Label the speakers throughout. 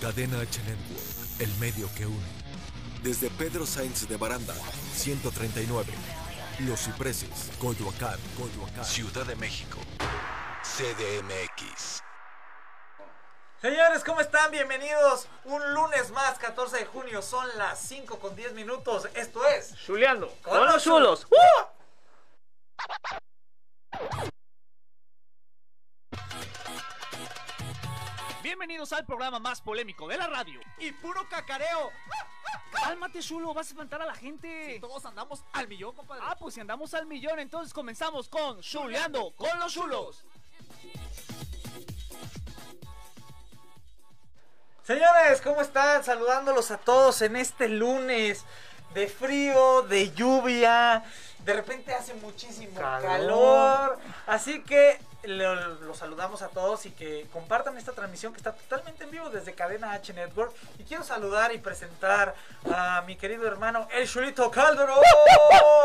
Speaker 1: Cadena H Network, el medio que une. Desde Pedro Sainz de Baranda, 139. Los Cipreses, Coyoacán, Coyoacán, Ciudad de México. CDMX.
Speaker 2: Señores, ¿cómo están? Bienvenidos un lunes más, 14 de junio, son las 5 con 10 minutos. Esto es.
Speaker 3: Juliano,
Speaker 2: Con
Speaker 3: con
Speaker 2: los
Speaker 3: los chulos. Bienvenidos al programa más polémico de la radio.
Speaker 2: Y puro cacareo.
Speaker 3: Cálmate, chulo, vas a espantar a la gente.
Speaker 2: Todos andamos al millón, compadre.
Speaker 3: Ah, pues si andamos al millón, entonces comenzamos con Chuleando con los chulos.
Speaker 2: Señores, ¿cómo están? Saludándolos a todos en este lunes de frío, de lluvia. De repente hace muchísimo calor.
Speaker 3: Calor.
Speaker 2: Así que lo- los saludamos a todos y que compartan esta transmisión que está totalmente en vivo desde Cadena H Network. Y quiero saludar y presentar a mi querido hermano, el Chulito Calderón.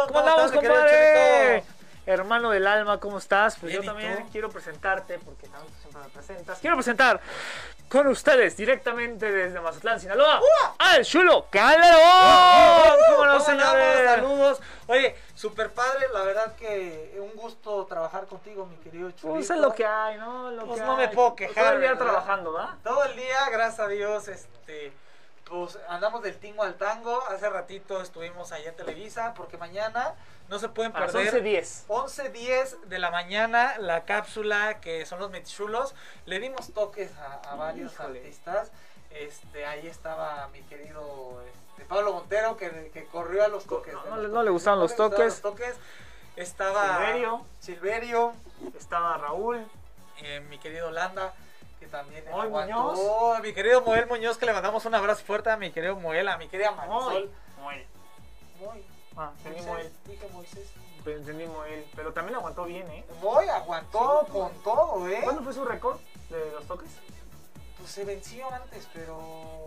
Speaker 3: ¿Cómo
Speaker 2: estás,
Speaker 3: andamos,
Speaker 2: mi querido
Speaker 3: compadre?
Speaker 2: Chulito?
Speaker 3: Hermano del alma, ¿cómo estás? Pues
Speaker 2: Bien,
Speaker 3: yo
Speaker 2: ¿y
Speaker 3: también
Speaker 2: tú?
Speaker 3: quiero presentarte, porque tanto siempre me presentas. Quiero presentar con ustedes directamente desde Mazatlán, Sinaloa, al chulo Calderón. ¿Cómo no,
Speaker 2: ¿Cómo andamos?
Speaker 3: señores?
Speaker 2: Saludos. Oye, super padre, la verdad que un gusto trabajar contigo, mi querido Chulito.
Speaker 3: Pues es lo que hay, ¿no? Lo
Speaker 2: Pues
Speaker 3: que
Speaker 2: no me
Speaker 3: hay.
Speaker 2: puedo quejar,
Speaker 3: Todo el día
Speaker 2: ¿verdad?
Speaker 3: trabajando, ¿va?
Speaker 2: Todo el día, gracias a Dios, este, pues andamos del tingo al tango. Hace ratito estuvimos allá en Televisa, porque mañana no se pueden
Speaker 3: A las
Speaker 2: perder.
Speaker 3: 11.10.
Speaker 2: 11.10 de la mañana, la cápsula que son los metichulos. Le dimos toques a, a varios
Speaker 3: Híjole.
Speaker 2: artistas. Este, ahí estaba mi querido este, Pablo Montero que, que corrió a los toques.
Speaker 3: no,
Speaker 2: a
Speaker 3: no
Speaker 2: los
Speaker 3: le- no le gustaban
Speaker 2: No
Speaker 3: los
Speaker 2: le gustaban
Speaker 3: toques.
Speaker 2: los toques. Estaba
Speaker 3: Silverio.
Speaker 2: Silverio,
Speaker 3: Estaba Raúl.
Speaker 2: eh, mi querido Landa, que también
Speaker 3: Moy
Speaker 2: aguantó.
Speaker 3: Muñoz.
Speaker 2: Mi querido Moel Muñoz, que le mandamos un abrazo fuerte a mi querido Moel, a mi querida Marisol.
Speaker 3: Moel.
Speaker 2: Moy.
Speaker 3: Ah, entendí Moel.
Speaker 2: Moisés, Dije Moisés.
Speaker 3: Pero entendí Moel. Pero también aguantó bien, ¿eh?
Speaker 2: Moy aguantó
Speaker 3: Sí.
Speaker 2: con todo, ¿eh?
Speaker 3: ¿Cuándo fue su récord de los toques?
Speaker 2: Pues se venció antes, pero.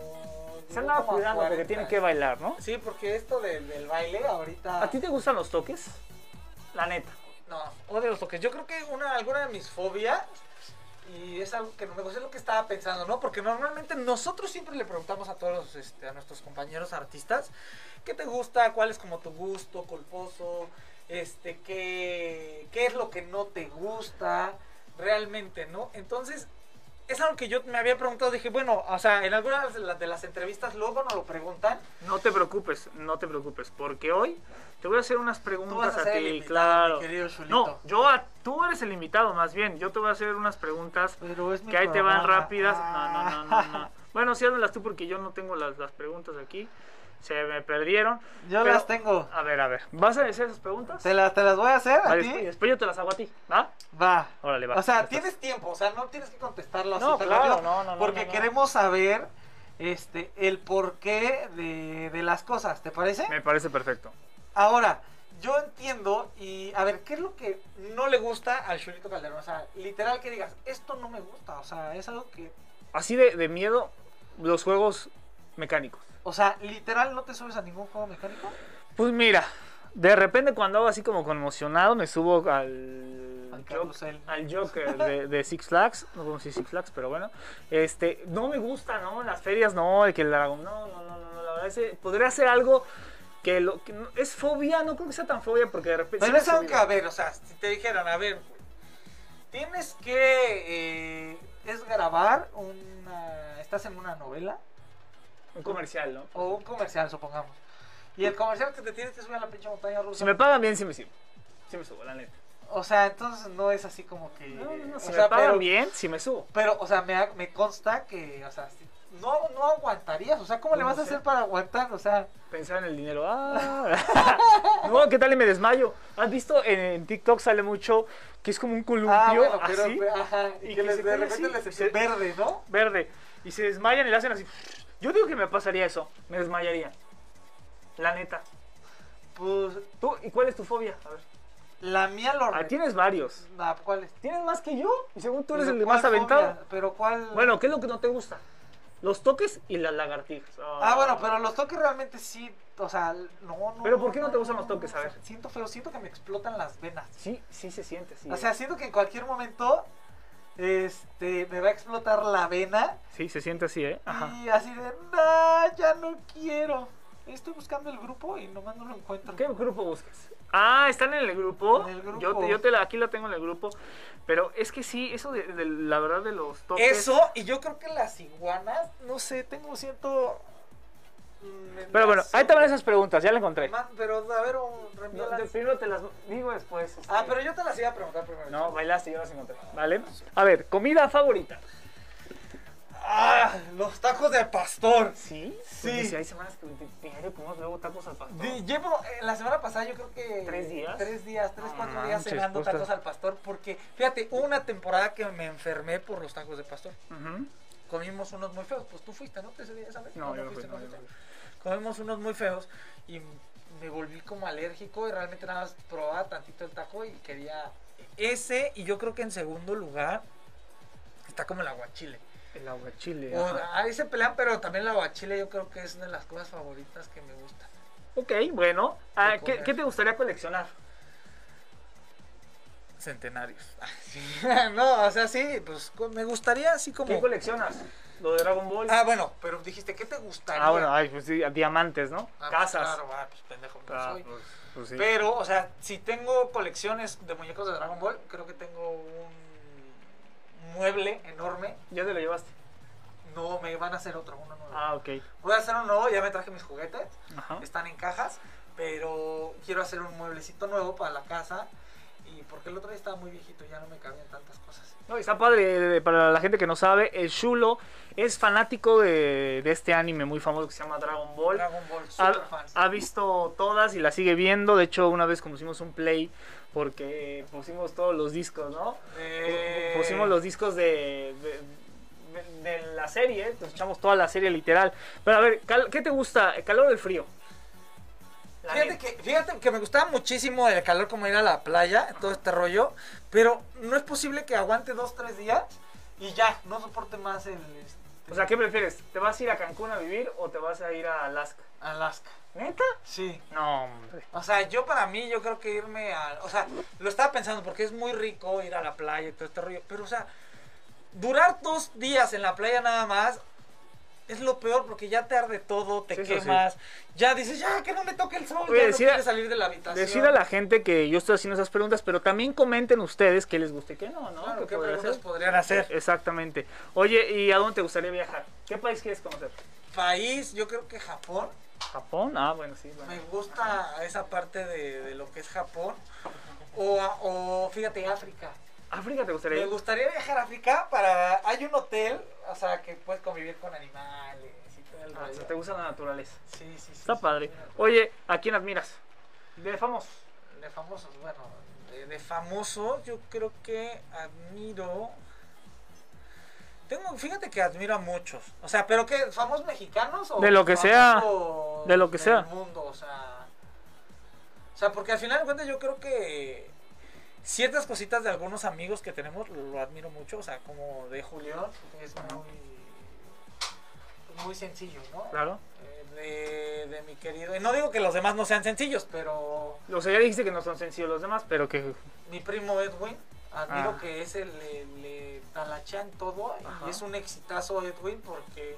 Speaker 3: Se
Speaker 2: llegó
Speaker 3: andaba
Speaker 2: como a
Speaker 3: cuidando porque
Speaker 2: 40.
Speaker 3: tiene que bailar, ¿no?
Speaker 2: Sí, porque esto del, del baile ahorita.
Speaker 3: ¿A ti te gustan los toques? La neta.
Speaker 2: No, odio los toques. Yo creo que una, alguna de mis fobias. Y es algo que no me gusta, es lo que estaba pensando, ¿no? Porque normalmente nosotros siempre le preguntamos a todos los, este, a nuestros compañeros artistas qué te gusta, cuál es como tu gusto culposo, este, qué, qué es lo que no te gusta realmente, ¿no? Entonces, es algo que yo me había preguntado, dije, bueno, o sea, en algunas de las, de las entrevistas luego nos lo preguntan,
Speaker 3: No te preocupes, no te preocupes, porque hoy te voy a hacer unas preguntas
Speaker 2: tú vas a
Speaker 3: a,
Speaker 2: ser
Speaker 3: ti,
Speaker 2: el invitado,
Speaker 3: claro.
Speaker 2: mi querido Chulito.
Speaker 3: No, yo a, tú eres el invitado más bien. Yo te voy a hacer unas preguntas
Speaker 2: pero es mi
Speaker 3: que ahí te van
Speaker 2: programa.
Speaker 3: rápidas. No, no, no, no, no. Bueno, sí, hazmelas tú porque yo no tengo las, las preguntas aquí. Se me perdieron.
Speaker 2: Yo
Speaker 3: Pero-
Speaker 2: las tengo.
Speaker 3: A ver, a ver. ¿Vas a hacer esas preguntas?
Speaker 2: ¿Te las, te las voy a hacer a
Speaker 3: Vale,
Speaker 2: ti?
Speaker 3: después, después yo te las hago a ti, ¿va?
Speaker 2: Va.
Speaker 3: Órale, va.
Speaker 2: O sea,
Speaker 3: Estás-
Speaker 2: tienes tiempo, o sea, no tienes que contestarlo así
Speaker 3: No,
Speaker 2: tan
Speaker 3: claro,
Speaker 2: rápido,
Speaker 3: no, no, no,
Speaker 2: Porque
Speaker 3: no, no.
Speaker 2: queremos saber este el porqué de, de las cosas, ¿te parece?
Speaker 3: Me parece perfecto.
Speaker 2: Ahora, yo entiendo y a ver, ¿qué es lo que no le gusta al Chulito Calderón? O sea, literal que digas, esto no me gusta, o sea, es algo que,
Speaker 3: Así de, de miedo, los juegos mecánicos.
Speaker 2: o sea, literal no te subes a ningún juego mecánico.
Speaker 3: Pues mira, de repente cuando hago así como conmocionado, me subo al.
Speaker 2: Al
Speaker 3: Jok-
Speaker 2: carrusel.
Speaker 3: al Joker de, de Six Flags. No como si Six Flags, pero bueno. Este, no me gusta, ¿no? En las ferias no, el que el dragón. No, no, no, no, no, La verdad es que podría ser algo que, lo, que no- es fobia, no creo que sea tan fobia porque de repente. sí
Speaker 2: Pero
Speaker 3: me
Speaker 2: es algo que,
Speaker 3: subido.
Speaker 2: a ver, o sea, si te dijeran, a ver, güey, tienes que eh, es grabar una estás en una novela
Speaker 3: Un comercial, ¿no?
Speaker 2: o un comercial, supongamos. Y el comercial que te tienes que subir a la pinche montaña rusa.
Speaker 3: Si me pagan bien, sí me sirve. Sí me subo, la neta.
Speaker 2: O sea, entonces no es así como que
Speaker 3: No, no, no,
Speaker 2: Eh, o
Speaker 3: si
Speaker 2: sea,
Speaker 3: me pagan
Speaker 2: pero,
Speaker 3: bien, sí me subo.
Speaker 2: pero o sea, me, ha- me consta que, o sea, si- no no aguantarías, o sea, ¿cómo le
Speaker 3: No
Speaker 2: vas a
Speaker 3: sé.
Speaker 2: hacer para aguantar? O sea,
Speaker 3: Pensar en el dinero. Ah. no, ¿qué tal y me desmayo? ¿Has visto en, en TikTok sale mucho que es como un columpio
Speaker 2: ah, bueno, pero
Speaker 3: así,
Speaker 2: ajá, y, que
Speaker 3: y que
Speaker 2: les-
Speaker 3: se
Speaker 2: de
Speaker 3: cuelga
Speaker 2: repente
Speaker 3: así,
Speaker 2: les
Speaker 3: se-
Speaker 2: verde, ¿no?
Speaker 3: verde, y se desmayan y le hacen así. Yo digo que me pasaría eso, me desmayaría. La neta.
Speaker 2: Pues
Speaker 3: ¿Tú, ¿Y cuál es tu fobia? A ver.
Speaker 2: la mía lo
Speaker 3: Ah,
Speaker 2: re-
Speaker 3: tienes varios.
Speaker 2: Ah, ¿cuál es?
Speaker 3: ¿Tienes más que yo? Y según tú eres
Speaker 2: ¿Pero
Speaker 3: el
Speaker 2: cuál
Speaker 3: más aventado.
Speaker 2: fobia? Pero cuál.
Speaker 3: Bueno, ¿qué es lo que no te gusta? Los toques y las lagartijas.
Speaker 2: Ah, bueno, pero los toques realmente sí. O sea, no, no.
Speaker 3: Pero ¿por qué no te gustan los toques? A ver.
Speaker 2: Siento feo, siento que me explotan las venas.
Speaker 3: Sí, sí se siente, sí.
Speaker 2: O
Speaker 3: eh.
Speaker 2: sea, siento que en cualquier momento Este, me va a explotar la vena.
Speaker 3: Sí, se siente así, ¿eh? Ajá.
Speaker 2: Y así de, no, ya no quiero. Estoy buscando el grupo y nomás no lo encuentro.
Speaker 3: ¿Qué grupo buscas? Ah, están en el grupo.
Speaker 2: En el grupo.
Speaker 3: Yo, te, yo te la, aquí la tengo en el grupo. Pero es que sí, eso de, de- la verdad de los toques.
Speaker 2: Eso, y yo creo que las iguanas, no sé, tengo cierto. mm,
Speaker 3: Pero bueno,
Speaker 2: enlace.
Speaker 3: ahí te van esas preguntas, ya la encontré.
Speaker 2: Ma- Pero a ver, un-
Speaker 3: No,
Speaker 2: reenvíalas.
Speaker 3: de- primero te las digo después. este.
Speaker 2: Ah, pero yo te las iba a preguntar primero.
Speaker 3: No, bailaste, yo las encontré. Vale. A ver, comida favorita.
Speaker 2: Ah, los tacos de pastor.
Speaker 3: ¿Sí?
Speaker 2: Sí.
Speaker 3: Porque si hay semanas que di- diario comemos luego tacos al pastor.
Speaker 2: Di- Llevo, eh, la semana pasada yo creo que...
Speaker 3: ¿Tres días?
Speaker 2: Tres días, tres,
Speaker 3: No
Speaker 2: cuatro días
Speaker 3: manches,
Speaker 2: cenando
Speaker 3: posta.
Speaker 2: tacos al pastor porque, fíjate, hubo una temporada que me enfermé por los tacos de pastor.
Speaker 3: Ujú.
Speaker 2: Comimos unos muy feos, pues tú fuiste, ¿no? Ese día, esa vez?
Speaker 3: No, yo no fui,
Speaker 2: fuiste,
Speaker 3: no, yo no
Speaker 2: fuiste?
Speaker 3: fui.
Speaker 2: Comimos unos muy feos y me volví como alérgico y realmente nada más probaba tantito el taco y quería ese y yo creo que en segundo lugar está como el aguachile.
Speaker 3: El aguachile. Ah,
Speaker 2: O-
Speaker 3: ajá.
Speaker 2: ahí se pelean, pero también el aguachile yo creo que es una de las cosas favoritas que me gusta.
Speaker 3: Ok, bueno. Ah,
Speaker 2: De
Speaker 3: ¿qué,
Speaker 2: comer.
Speaker 3: qué te gustaría coleccionar?
Speaker 2: Centenarios. Ah, no, o sea, sí, pues co- me gustaría así como...
Speaker 3: ¿Qué coleccionas? Lo de Dragon Ball.
Speaker 2: Ah, bueno, pero dijiste, ¿qué te gustaría?
Speaker 3: Ah, bueno, ay, pues sí, diamantes, ¿no?
Speaker 2: Ah, pues,
Speaker 3: Casas.
Speaker 2: Claro, ah, pues pendejo. no
Speaker 3: Ah,
Speaker 2: soy.
Speaker 3: pues, pues sí.
Speaker 2: Pero, o sea, si tengo colecciones de muñecos de Dragon Ball, creo que tengo un mueble enorme.
Speaker 3: ¿Ya te lo llevaste?
Speaker 2: No, me van a hacer otro, uno nuevo.
Speaker 3: Ah, ok.
Speaker 2: Voy a hacer uno nuevo, ya me traje mis juguetes.
Speaker 3: Ajá.
Speaker 2: están en cajas, pero quiero hacer un mueblecito nuevo para la casa. Y porque el otro día estaba muy viejito, ya no me cabían tantas cosas.
Speaker 3: No, está padre, eh, para la gente que no sabe, el Shulo es fanático de, de este anime muy famoso que se llama Dragon Ball.
Speaker 2: Dragon Ball, super
Speaker 3: ha,
Speaker 2: fans.
Speaker 3: ha visto todas y las sigue viendo. De hecho, una vez como hicimos un play porque pusimos todos los discos, ¿no?
Speaker 2: Eh,
Speaker 3: Pusimos los discos de, de, de- de la serie, nos echamos toda la serie literal. Pero a ver, cal- ¿qué te gusta? ¿El calor o el frío? La
Speaker 2: Fíjate
Speaker 3: neta.
Speaker 2: que, fíjate que me gustaba muchísimo el calor, como ir a la playa, todo este rollo. Pero no es posible que aguante dos, tres días y ya, no soporte más el. este,
Speaker 3: O sea, ¿qué prefieres? ¿Te vas a ir a Cancún a vivir o te vas a ir a Alaska?
Speaker 2: Alaska.
Speaker 3: ¿Neta?
Speaker 2: Sí.
Speaker 3: No, hombre.
Speaker 2: O sea, yo para mí, yo creo que irme a... O sea, lo estaba pensando porque es muy rico ir a la playa y todo este rollo. Pero, o sea, durar dos días en la playa nada más es lo peor porque ya te arde todo, te
Speaker 3: Sí, eso sí.
Speaker 2: quemas. Ya dices, ya, que no me toque el sol,
Speaker 3: Oye,
Speaker 2: ya
Speaker 3: decir
Speaker 2: no
Speaker 3: a-
Speaker 2: quieres salir de la habitación.
Speaker 3: Decir a la gente que yo estoy haciendo esas preguntas, pero también comenten ustedes qué les gusta y qué no, ¿no?
Speaker 2: Claro, ¿qué
Speaker 3: podría
Speaker 2: preguntas
Speaker 3: ser?
Speaker 2: podrían hacer?
Speaker 3: Exactamente. Oye, ¿y a dónde te gustaría viajar? ¿Qué país quieres conocer?
Speaker 2: País, yo creo que Japón.
Speaker 3: ¿Japón? Ah, bueno, sí. bueno.
Speaker 2: Me gusta esa parte de, de lo que es Japón. O, a- o fíjate, África.
Speaker 3: ¿África te gustaría
Speaker 2: Me
Speaker 3: ir?
Speaker 2: gustaría viajar a África para... Hay un hotel, o sea, que puedes convivir con animales y todo el
Speaker 3: Ah, o
Speaker 2: rollo.
Speaker 3: sea, ¿Te gusta la naturaleza?
Speaker 2: Sí, sí, sí.
Speaker 3: Está
Speaker 2: sí,
Speaker 3: padre.
Speaker 2: sí.
Speaker 3: Oye, ¿a quién admiras? De famosos.
Speaker 2: De famosos, bueno, de, de famoso yo creo que admiro... Tengo, fíjate que admiro a muchos. O sea, pero que famosos mexicanos o
Speaker 3: De lo que sea,
Speaker 2: famosos
Speaker 3: de lo que
Speaker 2: del
Speaker 3: sea.
Speaker 2: mundo, o sea. O sea, porque al final de cuentas yo creo que ciertas cositas de algunos amigos que tenemos lo, lo admiro mucho, o sea, como de Julián, que es muy muy sencillo, ¿no?
Speaker 3: Claro.
Speaker 2: Eh, de, de mi querido. y No digo que los demás no sean sencillos, pero
Speaker 3: O sea, ya dijiste que no son sencillos los demás, pero que...
Speaker 2: mi primo Edwin, admiro
Speaker 3: Ah.
Speaker 2: que ese le, le talachean todo y
Speaker 3: Ajá.
Speaker 2: es un exitazo Edwin porque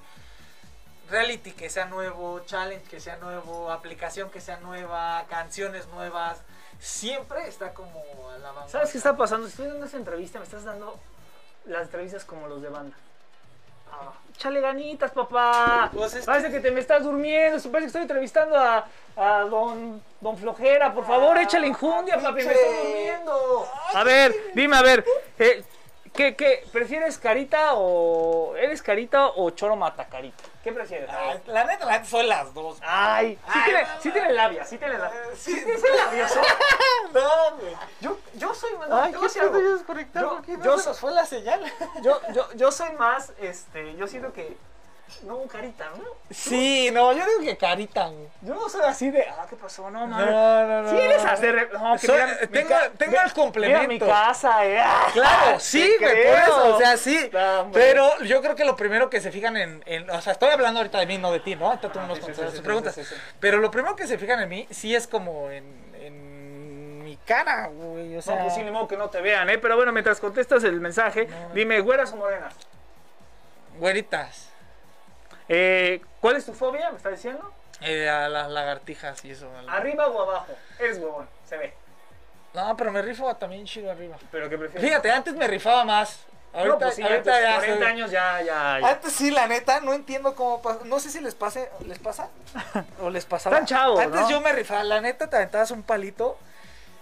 Speaker 2: reality que sea nuevo, challenge que sea nuevo, aplicación que sea nueva, canciones nuevas, siempre está como a la vanguardia.
Speaker 3: ¿Sabes qué está pasando? Estoy dando esa entrevista, me estás dando las entrevistas como los de banda.
Speaker 2: Ah.
Speaker 3: Chale ganitas, papá.
Speaker 2: Pues es
Speaker 3: Parece que te me estás durmiendo. Parece que estoy entrevistando a, a don, don Flojera. Por favor,
Speaker 2: Ah,
Speaker 3: échale injundia, papi. Me estoy durmiendo. A ver, dime, a ver. eh, ¿qué, qué? ¿Prefieres carita o. ¿Eres carita o choro mata carita? ¿Qué prefieres?
Speaker 2: Ay, La neta, la neta, son las dos.
Speaker 3: Ay, sí,
Speaker 2: Ay,
Speaker 3: tiene,
Speaker 2: mamá.
Speaker 3: sí tiene labia, sí tiene labia.
Speaker 2: Eh, sí.
Speaker 3: ¿Tienes el labioso?
Speaker 2: No, güey. Yo, yo soy más.
Speaker 3: Ay,
Speaker 2: te
Speaker 3: ¿qué
Speaker 2: voy a decir
Speaker 3: pedo?
Speaker 2: algo. Yo-
Speaker 3: porque no
Speaker 2: yo
Speaker 3: se
Speaker 2: so-
Speaker 3: nos Yo, yo, yo soy más, este, yo siento que. No, carita, ¿no?
Speaker 2: Sí, no, yo digo que carita. güey.
Speaker 3: Yo no soy así de, ah, ¿qué pasó? No, madre.
Speaker 2: no,
Speaker 3: Sí, eres así de re- No, que
Speaker 2: Soy-
Speaker 3: mira, mi
Speaker 2: tengo-
Speaker 3: ca-
Speaker 2: tengo
Speaker 3: mira-
Speaker 2: el complemento.
Speaker 3: Mira mi casa, eh.
Speaker 2: Claro, Ah, sí,
Speaker 3: Te
Speaker 2: güey, por
Speaker 3: creo.
Speaker 2: eso, o sea, sí.
Speaker 3: No, hombre.
Speaker 2: pero yo creo que lo primero que se fijan en, en- O sea, estoy hablando ahorita de mí, no de ti, ¿no? Ahorita tú
Speaker 3: Ah,
Speaker 2: nos
Speaker 3: sí, sí,
Speaker 2: contestas
Speaker 3: sí,
Speaker 2: tus
Speaker 3: sí,
Speaker 2: preguntas.
Speaker 3: sí, sí, sí.
Speaker 2: Pero lo primero que se fijan en mí sí es como en, en mi cara, güey. O sea,
Speaker 3: No, pues sí, ni modo que no te vean, ¿eh? Pero bueno, mientras contestas el mensaje,
Speaker 2: No.
Speaker 3: dime, ¿güeras o morenas?
Speaker 2: güeritas.
Speaker 3: Eh, ¿Cuál es tu fobia? ¿Me estás diciendo?
Speaker 2: Eh, a las lagartijas y eso. a la-
Speaker 3: ¿Arriba o abajo? Eres huevón, se ve.
Speaker 2: No, pero me rifo también chido arriba.
Speaker 3: ¿Pero qué prefieres?
Speaker 2: Fíjate, antes me rifaba más. Ahorita,
Speaker 3: no, pues sí,
Speaker 2: ahorita
Speaker 3: antes,
Speaker 2: ya Ah.
Speaker 3: 40
Speaker 2: soy-
Speaker 3: años ya, ya, ya.
Speaker 2: Antes sí, la neta, no entiendo cómo pasa. No sé si les pase, les pasa o les pasaba.
Speaker 3: Están chavos,
Speaker 2: Antes
Speaker 3: ¿no?
Speaker 2: yo me rifaba, la neta te aventabas un palito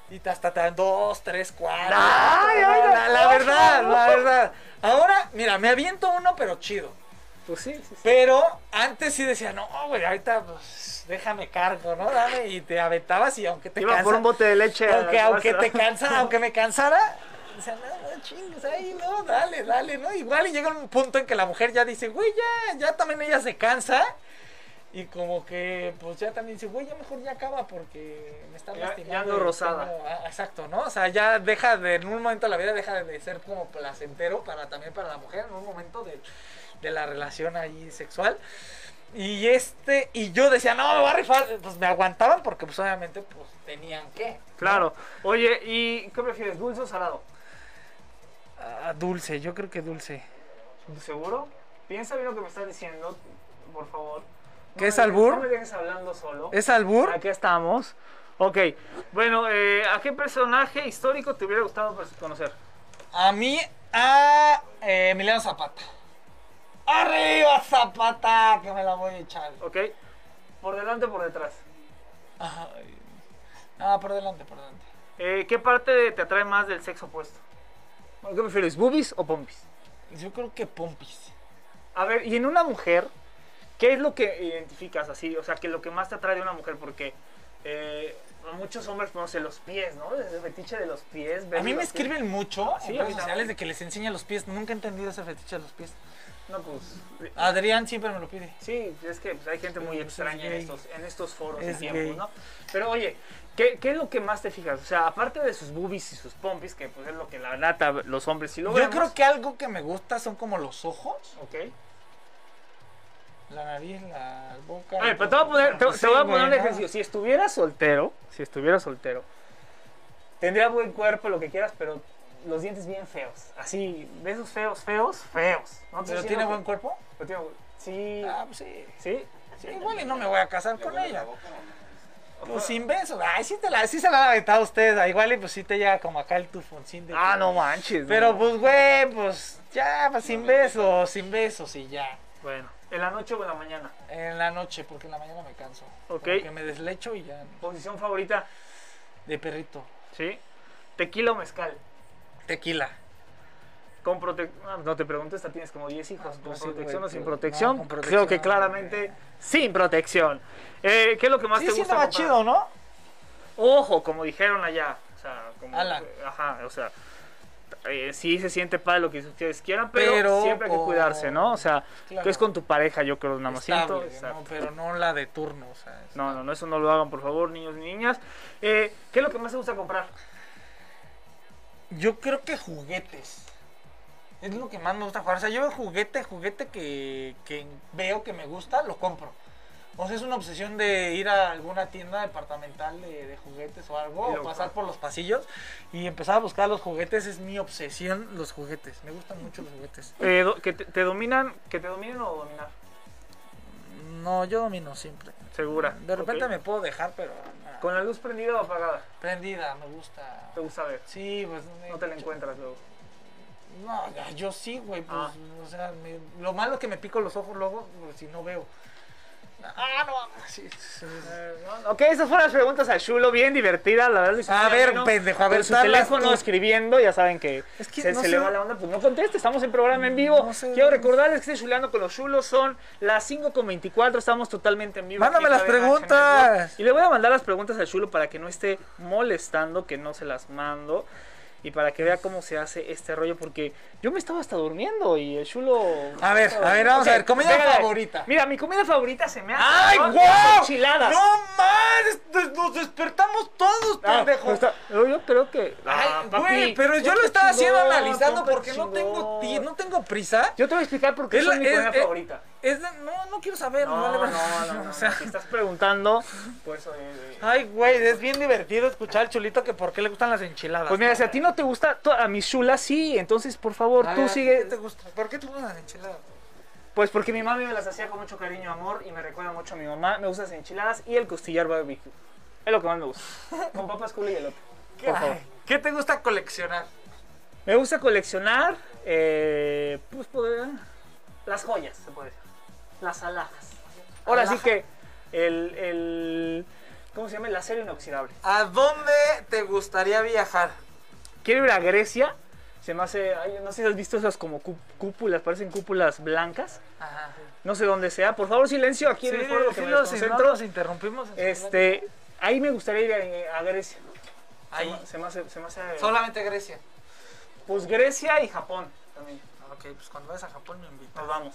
Speaker 2: y te hasta te dan dos, tres, cuatro.
Speaker 3: Ay, ay,
Speaker 2: la, la- la
Speaker 3: ay,
Speaker 2: verdad,
Speaker 3: no.
Speaker 2: la verdad. Ahora, mira, me aviento uno, pero chido.
Speaker 3: Pues sí, sí, sí.
Speaker 2: Pero antes sí decía, no, güey, ahorita pues, déjame cargo, ¿no? Dame y te aventabas y aunque te
Speaker 3: Iba por
Speaker 2: cansa-
Speaker 3: un bote de leche. a-
Speaker 2: aunque, aunque te
Speaker 3: a-
Speaker 2: cansa, aunque me cansara, o sea, no, no chingues ahí, no, dale, dale, ¿no? Igual y llega un punto en que la mujer ya dice, güey, ya, ya también ella se cansa. Y como que, pues ya también dice, güey, ya mejor ya acaba porque me está
Speaker 3: Ya- ya
Speaker 2: lastimando.
Speaker 3: ando
Speaker 2: y
Speaker 3: rosada.
Speaker 2: tengo- ah, exacto, ¿no? O sea, ya deja de, en un momento de la vida deja de ser como placentero para también para la mujer, en un momento de, de la relación ahí sexual. Y este, y yo decía, no, me voy a rifar. Pues me aguantaban porque pues obviamente pues tenían que. ¿no?
Speaker 3: Claro. Oye, ¿y qué prefieres, dulce o salado?
Speaker 2: Ah, dulce, yo creo que dulce.
Speaker 3: ¿Seguro? Piensa bien lo que me estás diciendo, por favor.
Speaker 2: ¿Qué
Speaker 3: No
Speaker 2: es
Speaker 3: me dejes-
Speaker 2: albur?
Speaker 3: No me dejes hablando solo.
Speaker 2: ¿Es albur?
Speaker 3: Aquí estamos. Ok, bueno, eh, ¿a qué personaje histórico te hubiera gustado pues, conocer?
Speaker 2: A mí, a eh, Emiliano Zapata. ¡Arriba, Zapata! Que me la voy a echar.
Speaker 3: Ok, por delante o por detrás.
Speaker 2: Ay. Ah, por delante, por delante.
Speaker 3: Eh, ¿Qué parte de- te atrae más del sexo opuesto? Bueno, ¿Qué prefieres, boobies o pompis?
Speaker 2: Yo creo que Pompis.
Speaker 3: A ver, y en una mujer, ¿qué es lo que identificas así? O sea, que lo que más te atrae de una mujer, porque eh, a muchos hombres, no sé, los pies, ¿no? El fetiche de los pies.
Speaker 2: A mí
Speaker 3: verlo
Speaker 2: me
Speaker 3: así.
Speaker 2: escriben mucho
Speaker 3: Sí,
Speaker 2: en
Speaker 3: a
Speaker 2: redes
Speaker 3: mí
Speaker 2: sociales
Speaker 3: también.
Speaker 2: de que les enseña los pies. Nunca he entendido ese fetiche de los pies.
Speaker 3: No, pues.
Speaker 2: Adrián siempre me lo pide.
Speaker 3: Sí, es que pues, hay gente muy
Speaker 2: Es
Speaker 3: extraña en
Speaker 2: gay.
Speaker 3: estos, en estos foros y
Speaker 2: Es
Speaker 3: tiempos,
Speaker 2: gay.
Speaker 3: ¿no? Pero oye, ¿qué, qué es lo que más te fijas? O sea, aparte de sus boobies y sus pompis, que pues es lo que la nata los hombres sí lo
Speaker 2: Yo creo que algo que me gusta son como los ojos,
Speaker 3: Ok.
Speaker 2: la nariz, la boca.
Speaker 3: A ver, pero te voy a poner, te, te
Speaker 2: Sí,
Speaker 3: voy a
Speaker 2: güey,
Speaker 3: poner un
Speaker 2: ¿no?
Speaker 3: ejercicio. Si estuviera soltero, si estuviera soltero, tendría buen cuerpo, lo que quieras, pero los dientes bien feos. Así, de esos feos, feos, feos. No te
Speaker 2: ¿Pero
Speaker 3: estoy
Speaker 2: tiene
Speaker 3: diciendo
Speaker 2: buen
Speaker 3: que-
Speaker 2: cuerpo?
Speaker 3: pero tiene buen- Sí.
Speaker 2: Ah, pues sí.
Speaker 3: Sí.
Speaker 2: Sí, igual y no me voy a casar
Speaker 4: ¿Le
Speaker 2: con
Speaker 4: huele
Speaker 2: ella.
Speaker 4: la boca o no?
Speaker 2: Pues sin besos. Ay, sí, te la, sí se la han aventado ustedes. ah, Igual y pues sí te llega como acá el tufoncín de.
Speaker 3: Ah, no manches.
Speaker 2: Pero
Speaker 3: no.
Speaker 2: pues, güey, pues ya, pues, sin besos, sin besos y ya.
Speaker 3: Bueno, en la noche o en la mañana.
Speaker 2: En la noche, porque en la mañana me canso.
Speaker 3: Ok.
Speaker 2: Porque me deslecho y ya.
Speaker 3: Posición favorita.
Speaker 2: De perrito.
Speaker 3: Sí. Tequila o mezcal.
Speaker 2: Tequila.
Speaker 3: Con prote- ah, No te pregunto, esta tienes como 10 hijos.
Speaker 2: Ah,
Speaker 3: ¿Con
Speaker 2: pues sí,
Speaker 3: protección
Speaker 2: güey,
Speaker 3: o sin
Speaker 2: pero-
Speaker 3: protección?
Speaker 2: no, con
Speaker 3: Creo
Speaker 2: protección,
Speaker 3: que claramente sin protección. Eh, ¿Qué es lo que más
Speaker 2: Sí,
Speaker 3: te
Speaker 2: sí,
Speaker 3: gusta?
Speaker 2: estaba
Speaker 3: comprar?
Speaker 2: chido, ¿no?
Speaker 3: Ojo, como dijeron allá. O sea, como.
Speaker 2: Ala.
Speaker 3: Ajá, o sea. eh, sí se siente padre lo que ustedes quieran, pero,
Speaker 2: Pero
Speaker 3: siempre hay que
Speaker 2: con-
Speaker 3: cuidarse, ¿no? O sea,
Speaker 2: Claro.
Speaker 3: que es con tu pareja, yo creo, nada más. siento,
Speaker 2: Estable,
Speaker 3: exacto.
Speaker 2: ¿no? pues, Pero no la de turno, o sea. es-
Speaker 3: No, no, no, eso no lo hagan, por favor, niños y niñas. Eh, ¿Qué es lo que más te gusta comprar?
Speaker 2: Yo creo que juguetes. Es lo que más me gusta jugar. O sea, yo veo juguete, juguete que, que veo que me gusta, lo compro. O sea, es una obsesión de ir a alguna tienda departamental de, de juguetes o algo,
Speaker 3: Lo-
Speaker 2: o pasar por los pasillos y empezar a buscar los juguetes. Es mi obsesión, los juguetes. Me gustan mucho los juguetes.
Speaker 3: Eh, do- que te, te dominan, que te dominen o dominar,
Speaker 2: No, yo domino siempre.
Speaker 3: segura.
Speaker 2: De repente
Speaker 3: Ok.
Speaker 2: me puedo dejar, pero ah,
Speaker 3: Con la luz prendida o apagada,
Speaker 2: prendida, me gusta.
Speaker 3: te gusta ver.
Speaker 2: Sí, pues.
Speaker 3: No te la
Speaker 2: yo-
Speaker 3: encuentras luego.
Speaker 2: No, ya, yo sí, güey. Pues,
Speaker 3: Ah.
Speaker 2: O sea, me- lo malo es que me pico los ojos luego pues, si no veo. Ah, no. sí, sí.
Speaker 3: Ok, esas fueron las preguntas a Chulo, bien divertidas, la verdad.
Speaker 2: A ver, pendejo, a ver,
Speaker 3: su
Speaker 2: darlas
Speaker 3: teléfono
Speaker 2: tú.
Speaker 3: escribiendo, ya saben que
Speaker 2: Es que
Speaker 3: se,
Speaker 2: no sé.
Speaker 3: se
Speaker 2: Mm,
Speaker 3: le va la onda, pues no conteste, estamos en programa en vivo.
Speaker 2: No sé.
Speaker 3: Quiero recordarles que estoy chuleando con los chulos, son las 5.24, estamos totalmente en vivo. aquí
Speaker 2: Mándame
Speaker 3: en
Speaker 2: las
Speaker 3: Cadena
Speaker 2: preguntas.
Speaker 3: H Network. Y le voy a mandar las preguntas al chulo para que no esté molestando, que no se las mando. Y para que vea cómo se hace este rollo, porque yo me estaba hasta durmiendo y el chulo.
Speaker 2: A ver, a ver, vamos a
Speaker 3: Ok,
Speaker 2: ver, comida
Speaker 3: venga,
Speaker 2: favorita.
Speaker 3: Mira, mi comida favorita se me hace.
Speaker 2: ¡Ay,
Speaker 3: son
Speaker 2: guau!
Speaker 3: Enchiladas.
Speaker 2: ¡No más! des- nos despertamos todos,
Speaker 3: Ah,
Speaker 2: pendejo.
Speaker 3: está- yo, yo creo que.
Speaker 2: Ay,
Speaker 3: Ah, papi,
Speaker 2: güey, pero yo lo
Speaker 3: ponte
Speaker 2: estaba haciendo
Speaker 3: chingón,
Speaker 2: analizando
Speaker 3: ponte
Speaker 2: porque no tengo,
Speaker 3: chingón.
Speaker 2: ti- no tengo prisa.
Speaker 3: Yo te voy a explicar por qué
Speaker 2: Es
Speaker 3: es
Speaker 2: la-
Speaker 3: mi
Speaker 2: es-
Speaker 3: comida
Speaker 2: es-
Speaker 3: favorita.
Speaker 2: Es de- no, no quiero saber.
Speaker 3: No,
Speaker 2: me vale
Speaker 3: no,
Speaker 2: madre.
Speaker 3: no, no,
Speaker 2: O sea,
Speaker 3: si estás preguntando, pues, eh, eh,
Speaker 2: Ay, güey, es bien divertido escuchar al chulito que por qué le gustan las enchiladas.
Speaker 3: pues mira, si a ti no te gusta, tú- a mis chulas sí, entonces por favor,
Speaker 2: A
Speaker 3: tú
Speaker 2: ver,
Speaker 3: sigue.
Speaker 2: ¿qué te gusta? ¿Por qué te gustan las enchiladas?
Speaker 3: Pues porque mi mami me las hacía con mucho cariño, amor y me recuerda mucho a mi mamá. Me gustan las enchiladas y el costillar barbecue. Es lo que más me gusta. Con papas culo y elote. Por favor.
Speaker 2: Ay, ¿Qué te gusta coleccionar?
Speaker 3: Me gusta coleccionar, eh, pues, poder- las joyas, se puede decir. Las alhajas. Ahora sí
Speaker 2: Alhaja.
Speaker 3: que el, el- ¿cómo se llama? El acero inoxidable.
Speaker 2: ¿A dónde te gustaría viajar?
Speaker 3: Quiero ir a Grecia. Se me hace, ay, no sé si has visto esas como cú- cúpulas, parecen cúpulas blancas.
Speaker 2: Ajá.
Speaker 3: No sé dónde sea. Por favor, silencio aquí en el foro que
Speaker 2: sí,
Speaker 3: me
Speaker 2: los-
Speaker 3: desconcentro.
Speaker 2: no los interrumpimos.
Speaker 3: Este, ahí me gustaría ir a, a Grecia. Se
Speaker 2: Ahí.
Speaker 3: me- Se me hace, se me hace-
Speaker 2: Solamente Grecia.
Speaker 3: pues Grecia y Japón también.
Speaker 2: Ok, pues cuando vayas a Japón me invitas.
Speaker 3: Nos vamos.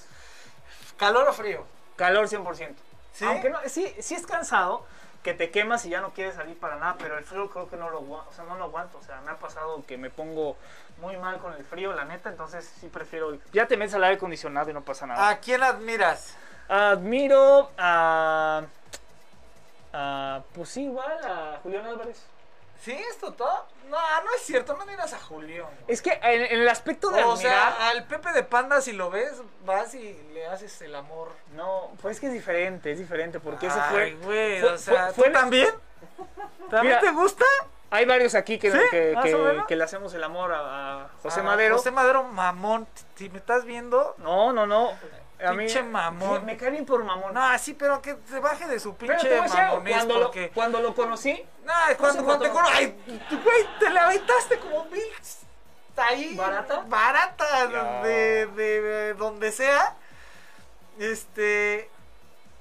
Speaker 2: ¿Calor o frío?
Speaker 3: Calor 100%.
Speaker 2: ¿Sí?
Speaker 3: Aunque no, sí, sí es cansado que te quemas y ya no quieres salir para nada, pero el frío creo que no lo, agua- o sea, no lo aguanto. O sea, me ha pasado que me pongo muy mal con el frío, la neta, entonces sí prefiero... Ya te metes al aire acondicionado y no pasa nada.
Speaker 2: ¿A quién admiras?
Speaker 3: Admiro a... a- pues sí, igual a Julián Álvarez.
Speaker 2: ¿Sí? ¿Esto todo? No, no es cierto, no admiras a Julián.
Speaker 3: Es que en, en el aspecto de
Speaker 2: O
Speaker 3: admirar...
Speaker 2: sea, ah. al Pepe de Panda, si lo ves, vas y le haces el amor.
Speaker 3: No, pues es que es diferente, es diferente, porque ese
Speaker 2: Ay,
Speaker 3: fue...
Speaker 2: güey,
Speaker 3: fue-
Speaker 2: o sea,
Speaker 3: fue- fue-
Speaker 2: ¿tú también? ¿También
Speaker 3: Mira,
Speaker 2: te gusta?
Speaker 3: Hay varios aquí que,
Speaker 2: ¿Sí?
Speaker 3: que,
Speaker 2: ¿Más
Speaker 3: que-
Speaker 2: o menos?
Speaker 3: que le hacemos el amor a, a José
Speaker 2: Ah,
Speaker 3: Madero.
Speaker 2: José Madero, mamón. Si me estás viendo,
Speaker 3: No, no, no. A mí,
Speaker 2: Pinche mamón.
Speaker 3: Me, me cae bien por mamón.
Speaker 2: no, ah, sí, pero que se baje de su
Speaker 3: Pero te
Speaker 2: pinche
Speaker 3: voy a decir algo,
Speaker 2: mamonés
Speaker 3: cuando,
Speaker 2: porque...
Speaker 3: lo, cuando lo conocí,
Speaker 2: No, cuando, cuando te cono- Ay, güey, te la aventaste como mil. Ahí.
Speaker 3: ¿Barata?
Speaker 2: Barata.
Speaker 3: Ya.
Speaker 2: De, de- de donde sea. Este.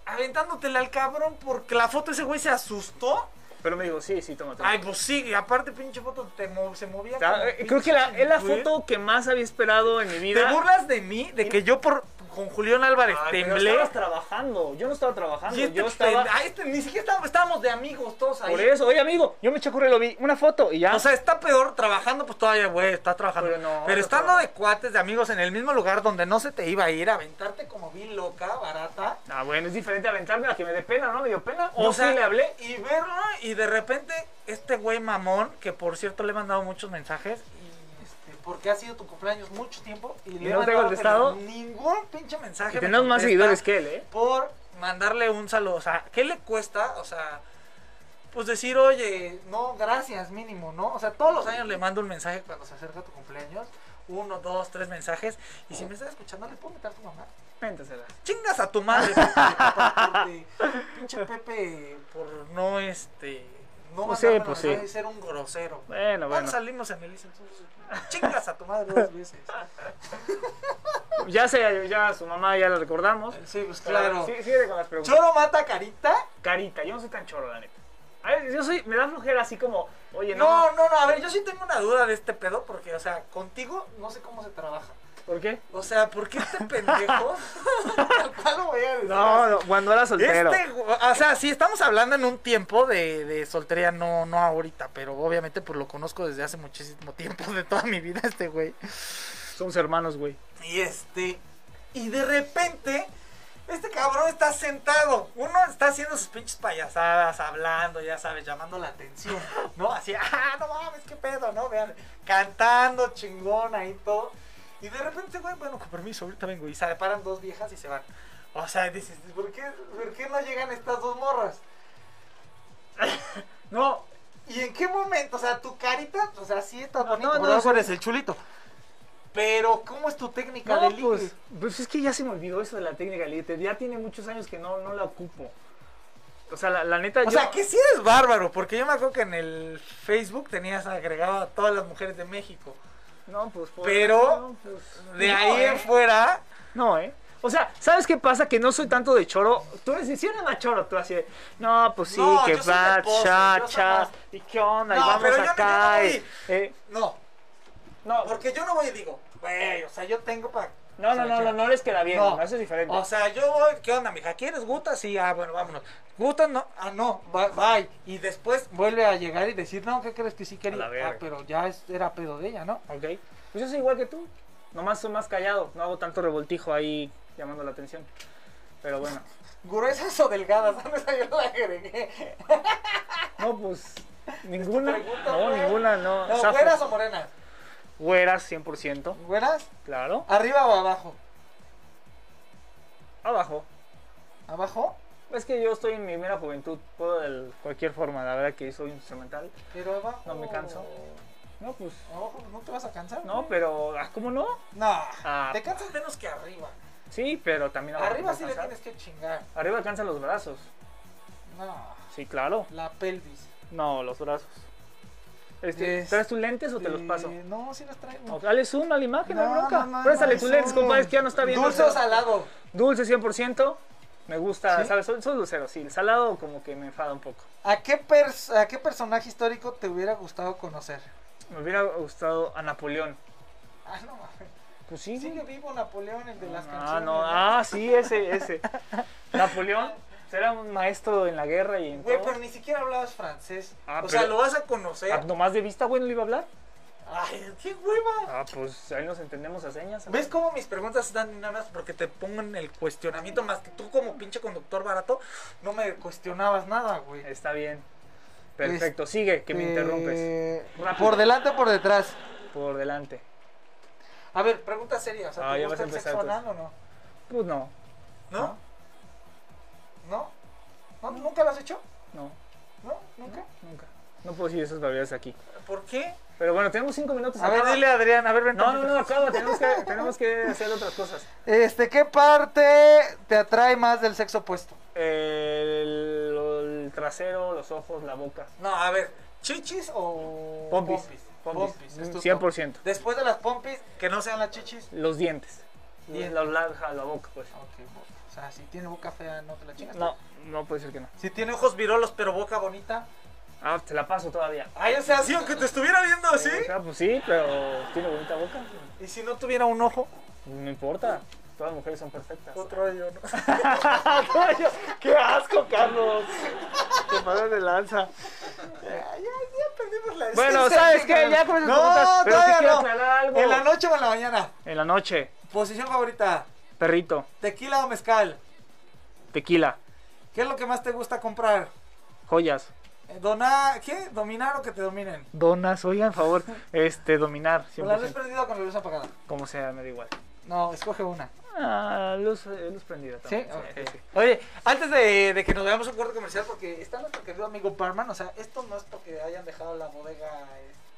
Speaker 2: Aventándotela al cabrón porque la foto ese güey se asustó.
Speaker 3: pero me dijo, sí, sí, toma. toma.
Speaker 2: Ay, pues sí, y aparte, pinche foto te mo- se movía.
Speaker 3: Está-
Speaker 2: como
Speaker 3: eh, Creo que la,
Speaker 2: pinche
Speaker 3: es la
Speaker 2: güey.
Speaker 3: foto que más había esperado en mi
Speaker 2: ¿Te
Speaker 3: vida.
Speaker 2: burlas de mí? De que yo por con Julián Álvarez
Speaker 3: Ay, pero
Speaker 2: temblé.
Speaker 3: estabas trabajando. Yo no estaba trabajando.
Speaker 2: Y este
Speaker 3: yo estaba.
Speaker 2: pende- ah, este ni siquiera estábamos, estábamos de amigos todos ahí.
Speaker 3: Por eso, oye, amigo, yo me eché a correr, lo vi. Una foto y ya.
Speaker 2: O sea, está peor trabajando, pues todavía, güey, está trabajando. Pero,
Speaker 3: Pero no, no
Speaker 2: estando
Speaker 3: trabaja.
Speaker 2: de cuates, de amigos, en el mismo lugar donde no se te iba a ir, aventarte como bien loca, barata.
Speaker 3: ah, bueno, es diferente aventarme a que me dé pena, ¿no? Me dio pena. O
Speaker 2: O sea,
Speaker 3: sí le hablé.
Speaker 2: y verlo, y de repente, este güey mamón, que por cierto le he mandado muchos mensajes, y este, porque ha sido tu cumpleaños mucho tiempo, y, le he
Speaker 3: no te ha
Speaker 2: mandado,
Speaker 3: contestado?
Speaker 2: pero Ningún pinche mensaje.
Speaker 3: Que
Speaker 2: me
Speaker 3: tenemos más
Speaker 2: contesta
Speaker 3: seguidores que él, ¿eh?
Speaker 2: Por mandarle un saludo. O sea, ¿qué le cuesta? O sea. Pues decir, oye, no, gracias, mínimo, ¿no? O sea, todos los años le mando un mensaje cuando se acerca tu cumpleaños. Uno, dos, tres mensajes. Y si me estás escuchando, ¿le puedo meter a tu mamá?
Speaker 3: Ménteselas.
Speaker 2: chingas a tu madre porque- porque pinche Pepe por no este no
Speaker 3: Pues
Speaker 2: mandarme
Speaker 3: sí, pues
Speaker 2: la verdad y
Speaker 3: sí.
Speaker 2: ser un grosero
Speaker 3: Bueno,
Speaker 2: Ahora
Speaker 3: bueno.
Speaker 2: salimos en el ICE, entonces chingas a tu madre dos veces
Speaker 3: Ya sé, ya su mamá ya la recordamos.
Speaker 2: sí pues
Speaker 3: Pero
Speaker 2: claro
Speaker 3: Sí, sigue con las preguntas.
Speaker 2: choro mata a carita
Speaker 3: carita. Yo no soy tan choro, la neta. A ver, yo soy, me da flojera así como, oye, no.
Speaker 2: no no no a ver yo sí tengo una duda de este pedo porque o sea contigo no sé cómo se trabaja
Speaker 3: ¿Por qué?
Speaker 2: o sea por qué este pendejo tal cual lo voy a decir así.
Speaker 3: cuando era
Speaker 2: Este, gu- o sea, sí, estamos hablando en un tiempo de, de soltería, no, no ahorita, pero obviamente pues lo conozco desde hace muchísimo tiempo, de toda mi vida, este güey.
Speaker 3: Somos hermanos, güey.
Speaker 2: Y este, y de repente, este cabrón está sentado, uno está haciendo sus pinches payasadas, hablando, ya sabes, llamando la atención, ¿no? Así, ah, no mames, qué pedo, ¿no? Vean, cantando chingón ahí todo. Y de repente, este güey, bueno, con permiso, ahorita vengo. Y se le paran dos viejas y se van. O sea, dices, ¿por qué, ¿por qué no llegan estas dos morras?
Speaker 3: No,
Speaker 2: ¿Y en qué momento? O sea, tu carita, o sea, sí está
Speaker 3: No,
Speaker 2: bonito.
Speaker 3: no,
Speaker 2: No,
Speaker 3: no,
Speaker 2: no,
Speaker 3: sí.
Speaker 2: eres el chulito. Pero, ¿cómo es tu técnica de
Speaker 3: no
Speaker 2: ligue?
Speaker 3: pues, pues es que ya se me olvidó eso de la técnica del líder. Ya tiene muchos años que no, no la ocupo. O sea, la, la neta,
Speaker 2: O
Speaker 3: yo-
Speaker 2: sea, que sí eres bárbaro, porque yo me acuerdo que en el Facebook tenías agregado a todas las mujeres de México.
Speaker 3: No, pues. por-
Speaker 2: Pero-
Speaker 3: no, pues,
Speaker 2: De
Speaker 3: No,
Speaker 2: ahí
Speaker 3: ¿eh?
Speaker 2: en fuera,
Speaker 3: No, ¿eh? O sea, ¿sabes qué pasa? Que no soy tanto de choro. Tú eres si eres más choro, tú así de, no, pues sí,
Speaker 2: No,
Speaker 3: que
Speaker 2: yo soy de
Speaker 3: va,
Speaker 2: pose, yo soy más-
Speaker 3: chachas, y qué onda, y
Speaker 2: No,
Speaker 3: vamos
Speaker 2: pero yo no-
Speaker 3: acá.
Speaker 2: yo no
Speaker 3: y-
Speaker 2: voy-
Speaker 3: eh,
Speaker 2: no.
Speaker 3: no,
Speaker 2: Porque yo no voy y digo, güey, o sea, yo tengo para
Speaker 3: No, no,
Speaker 2: Se
Speaker 3: no,
Speaker 2: la
Speaker 3: no,
Speaker 2: chinga.
Speaker 3: no les queda bien, no, eso es diferente.
Speaker 2: O sea, yo voy, ¿qué onda, mija? ¿Quieres guta? Sí, ah, bueno, vámonos. Guta, no, ah, no, ba- bye. Y después vuelve a llegar y decir, no, ¿qué crees que sí
Speaker 3: A
Speaker 2: quería?
Speaker 3: la verga.
Speaker 2: Ah, pero ya es- era pedo de ella, ¿no?
Speaker 3: Ok. Pues yo soy igual que tú. Nomás soy más callado. No hago tanto revoltijo ahí llamando la atención. Pero bueno.
Speaker 2: Gruesas o delgadas, no esa yo la agregué.
Speaker 3: No, pues. Ninguna.
Speaker 2: pregunta,
Speaker 3: No,
Speaker 2: güey.
Speaker 3: ninguna, no.
Speaker 2: No,
Speaker 3: Zafo.
Speaker 2: güeras o morenas.
Speaker 3: Güeras, 100%.
Speaker 2: ¿Güeras?
Speaker 3: Claro.
Speaker 2: ¿Arriba o abajo?
Speaker 3: Abajo.
Speaker 2: ¿Abajo?
Speaker 3: Es que yo estoy en mi mera juventud. Puedo de cualquier forma. La verdad que soy instrumental.
Speaker 2: Pero abajo.
Speaker 3: No me canso. No, pues.
Speaker 2: Abajo, no te vas a cansar.
Speaker 3: No, pero. ah, ¿Cómo no?
Speaker 2: No.
Speaker 3: Ah.
Speaker 2: Te cansas menos que arriba.
Speaker 3: Sí, pero también. abajo
Speaker 2: arriba
Speaker 3: te
Speaker 2: sí
Speaker 3: puedes
Speaker 2: le
Speaker 3: cansar.
Speaker 2: tienes que chingar.
Speaker 3: Arriba alcanzan los brazos.
Speaker 2: No.
Speaker 3: Sí, claro.
Speaker 2: La pelvis.
Speaker 3: No, los brazos. Este,
Speaker 2: Este,
Speaker 3: ¿Traes tus lentes o te los paso?
Speaker 2: Eh, No, sí los traigo.
Speaker 3: O- Dale zoom a la imagen, no, hay bronca.
Speaker 2: no, no,
Speaker 3: Préstale
Speaker 2: no,
Speaker 3: tus
Speaker 2: no.
Speaker 3: lentes, compadre, es que ya no está bien.
Speaker 2: Dulce o salado.
Speaker 3: Dulce 100%. Me gusta,
Speaker 2: ¿Sí?
Speaker 3: ¿sabes? Son, son dulceros, sí. El salado como que me enfada un poco.
Speaker 2: ¿A qué, pers- ¿A qué personaje histórico te hubiera gustado conocer?
Speaker 3: Me hubiera gustado a Napoleón.
Speaker 2: Ah, no mames.
Speaker 3: Pues sí,
Speaker 2: Sigue vivo Napoleón, el de las canciones.
Speaker 3: Ah, no, ah, sí, ese, ese. Napoleón será un maestro en la guerra y en
Speaker 2: Güey,
Speaker 3: todo.
Speaker 2: pero ni siquiera hablabas francés.
Speaker 3: Ah,
Speaker 2: o
Speaker 3: pero-
Speaker 2: sea, lo vas a conocer.
Speaker 3: Ah, nomás de vista, güey, no le iba a hablar.
Speaker 2: Ay, qué hueva.
Speaker 3: Ah, pues ahí nos entendemos a señas.
Speaker 2: ¿Ves cómo mis preguntas están nada más porque te pongan el cuestionamiento? Más que tú, como pinche conductor barato, no me cuestionabas nada, güey.
Speaker 3: Está bien. Perfecto, sigue, que me
Speaker 2: Pues, Eh,
Speaker 3: interrumpes. Rápido.
Speaker 2: Por delante o por detrás.
Speaker 3: Por delante.
Speaker 2: A ver, pregunta seria. O sea,
Speaker 3: Ah,
Speaker 2: ¿Te
Speaker 3: ya
Speaker 2: gusta
Speaker 3: vas a
Speaker 2: el sexo
Speaker 3: empezar,
Speaker 2: anal o no?
Speaker 3: Pues no,
Speaker 2: ¿No? ¿No? ¿No? ¿Nunca lo has hecho?
Speaker 3: no,
Speaker 2: ¿No? ¿Nunca?
Speaker 3: nunca. No puedo decir esas barbaridades aquí.
Speaker 2: ¿Por qué?
Speaker 3: Pero bueno, tenemos cinco minutos.
Speaker 2: A ver,
Speaker 3: acaba.
Speaker 2: dile a Adrián, a ver, ven.
Speaker 3: No, no,
Speaker 2: tantito.
Speaker 3: no, acaba. Tenemos que, tenemos que hacer otras cosas.
Speaker 2: Este, ¿qué parte te atrae más del sexo opuesto?
Speaker 3: El, el trasero, los ojos, la boca.
Speaker 2: No, a ver, ¿chichis o
Speaker 3: Pompis.
Speaker 2: pompis?
Speaker 3: Pompis.
Speaker 2: Pompis, es tu
Speaker 3: 100%.
Speaker 2: Después de las pompis, que no sean las chichis.
Speaker 3: Los dientes.
Speaker 2: Dientes.
Speaker 3: La, la, ja, la boca, pues.
Speaker 2: Ok, bo- o sea, si tiene boca fea, no te la chingas.
Speaker 3: No, no puede ser que no.
Speaker 2: Si tiene ojos virolos, pero boca bonita.
Speaker 3: Ah, te la paso todavía.
Speaker 2: Ay, o sea, sí, aunque te estuviera viendo así.
Speaker 3: O sea, pues sí, pero tiene bonita boca.
Speaker 2: Y si no tuviera un ojo,
Speaker 3: No importa. Todas las mujeres son perfectas.
Speaker 2: otro yo, ¿no?
Speaker 3: ¡Qué asco, Carlos! Te pasas de lanza.
Speaker 2: Ya, ya, ya perdimos la
Speaker 3: Bueno,
Speaker 2: esencia,
Speaker 3: ¿sabes qué?
Speaker 2: cabrón.
Speaker 3: Ya con esas
Speaker 2: No,
Speaker 3: preguntas, pero sí
Speaker 2: todavía
Speaker 3: quiero
Speaker 2: no.
Speaker 3: aclarar algo.
Speaker 2: ¿En la noche o en la mañana?
Speaker 3: En la noche,
Speaker 2: Posición favorita,
Speaker 3: perrito,
Speaker 2: tequila o mezcal.
Speaker 3: tequila,
Speaker 2: ¿Qué es lo que más te gusta comprar?
Speaker 3: joyas.
Speaker 2: Eh, Donar, ¿qué? ¿Dominar o que te dominen?
Speaker 3: Donas, oigan, por favor, este, dominar,
Speaker 2: ¿Con la luz
Speaker 3: 100%,
Speaker 2: perdida o con la luz apagada?
Speaker 3: como sea, me da igual.
Speaker 2: No, escoge una.
Speaker 3: Ah, luz, eh, luz prendida
Speaker 2: ¿Sí?
Speaker 3: también.
Speaker 2: Ok. Oye, antes de, de que nos veamos un corte comercial, porque está nuestro querido amigo Parman, o sea, esto no es porque hayan dejado la bodega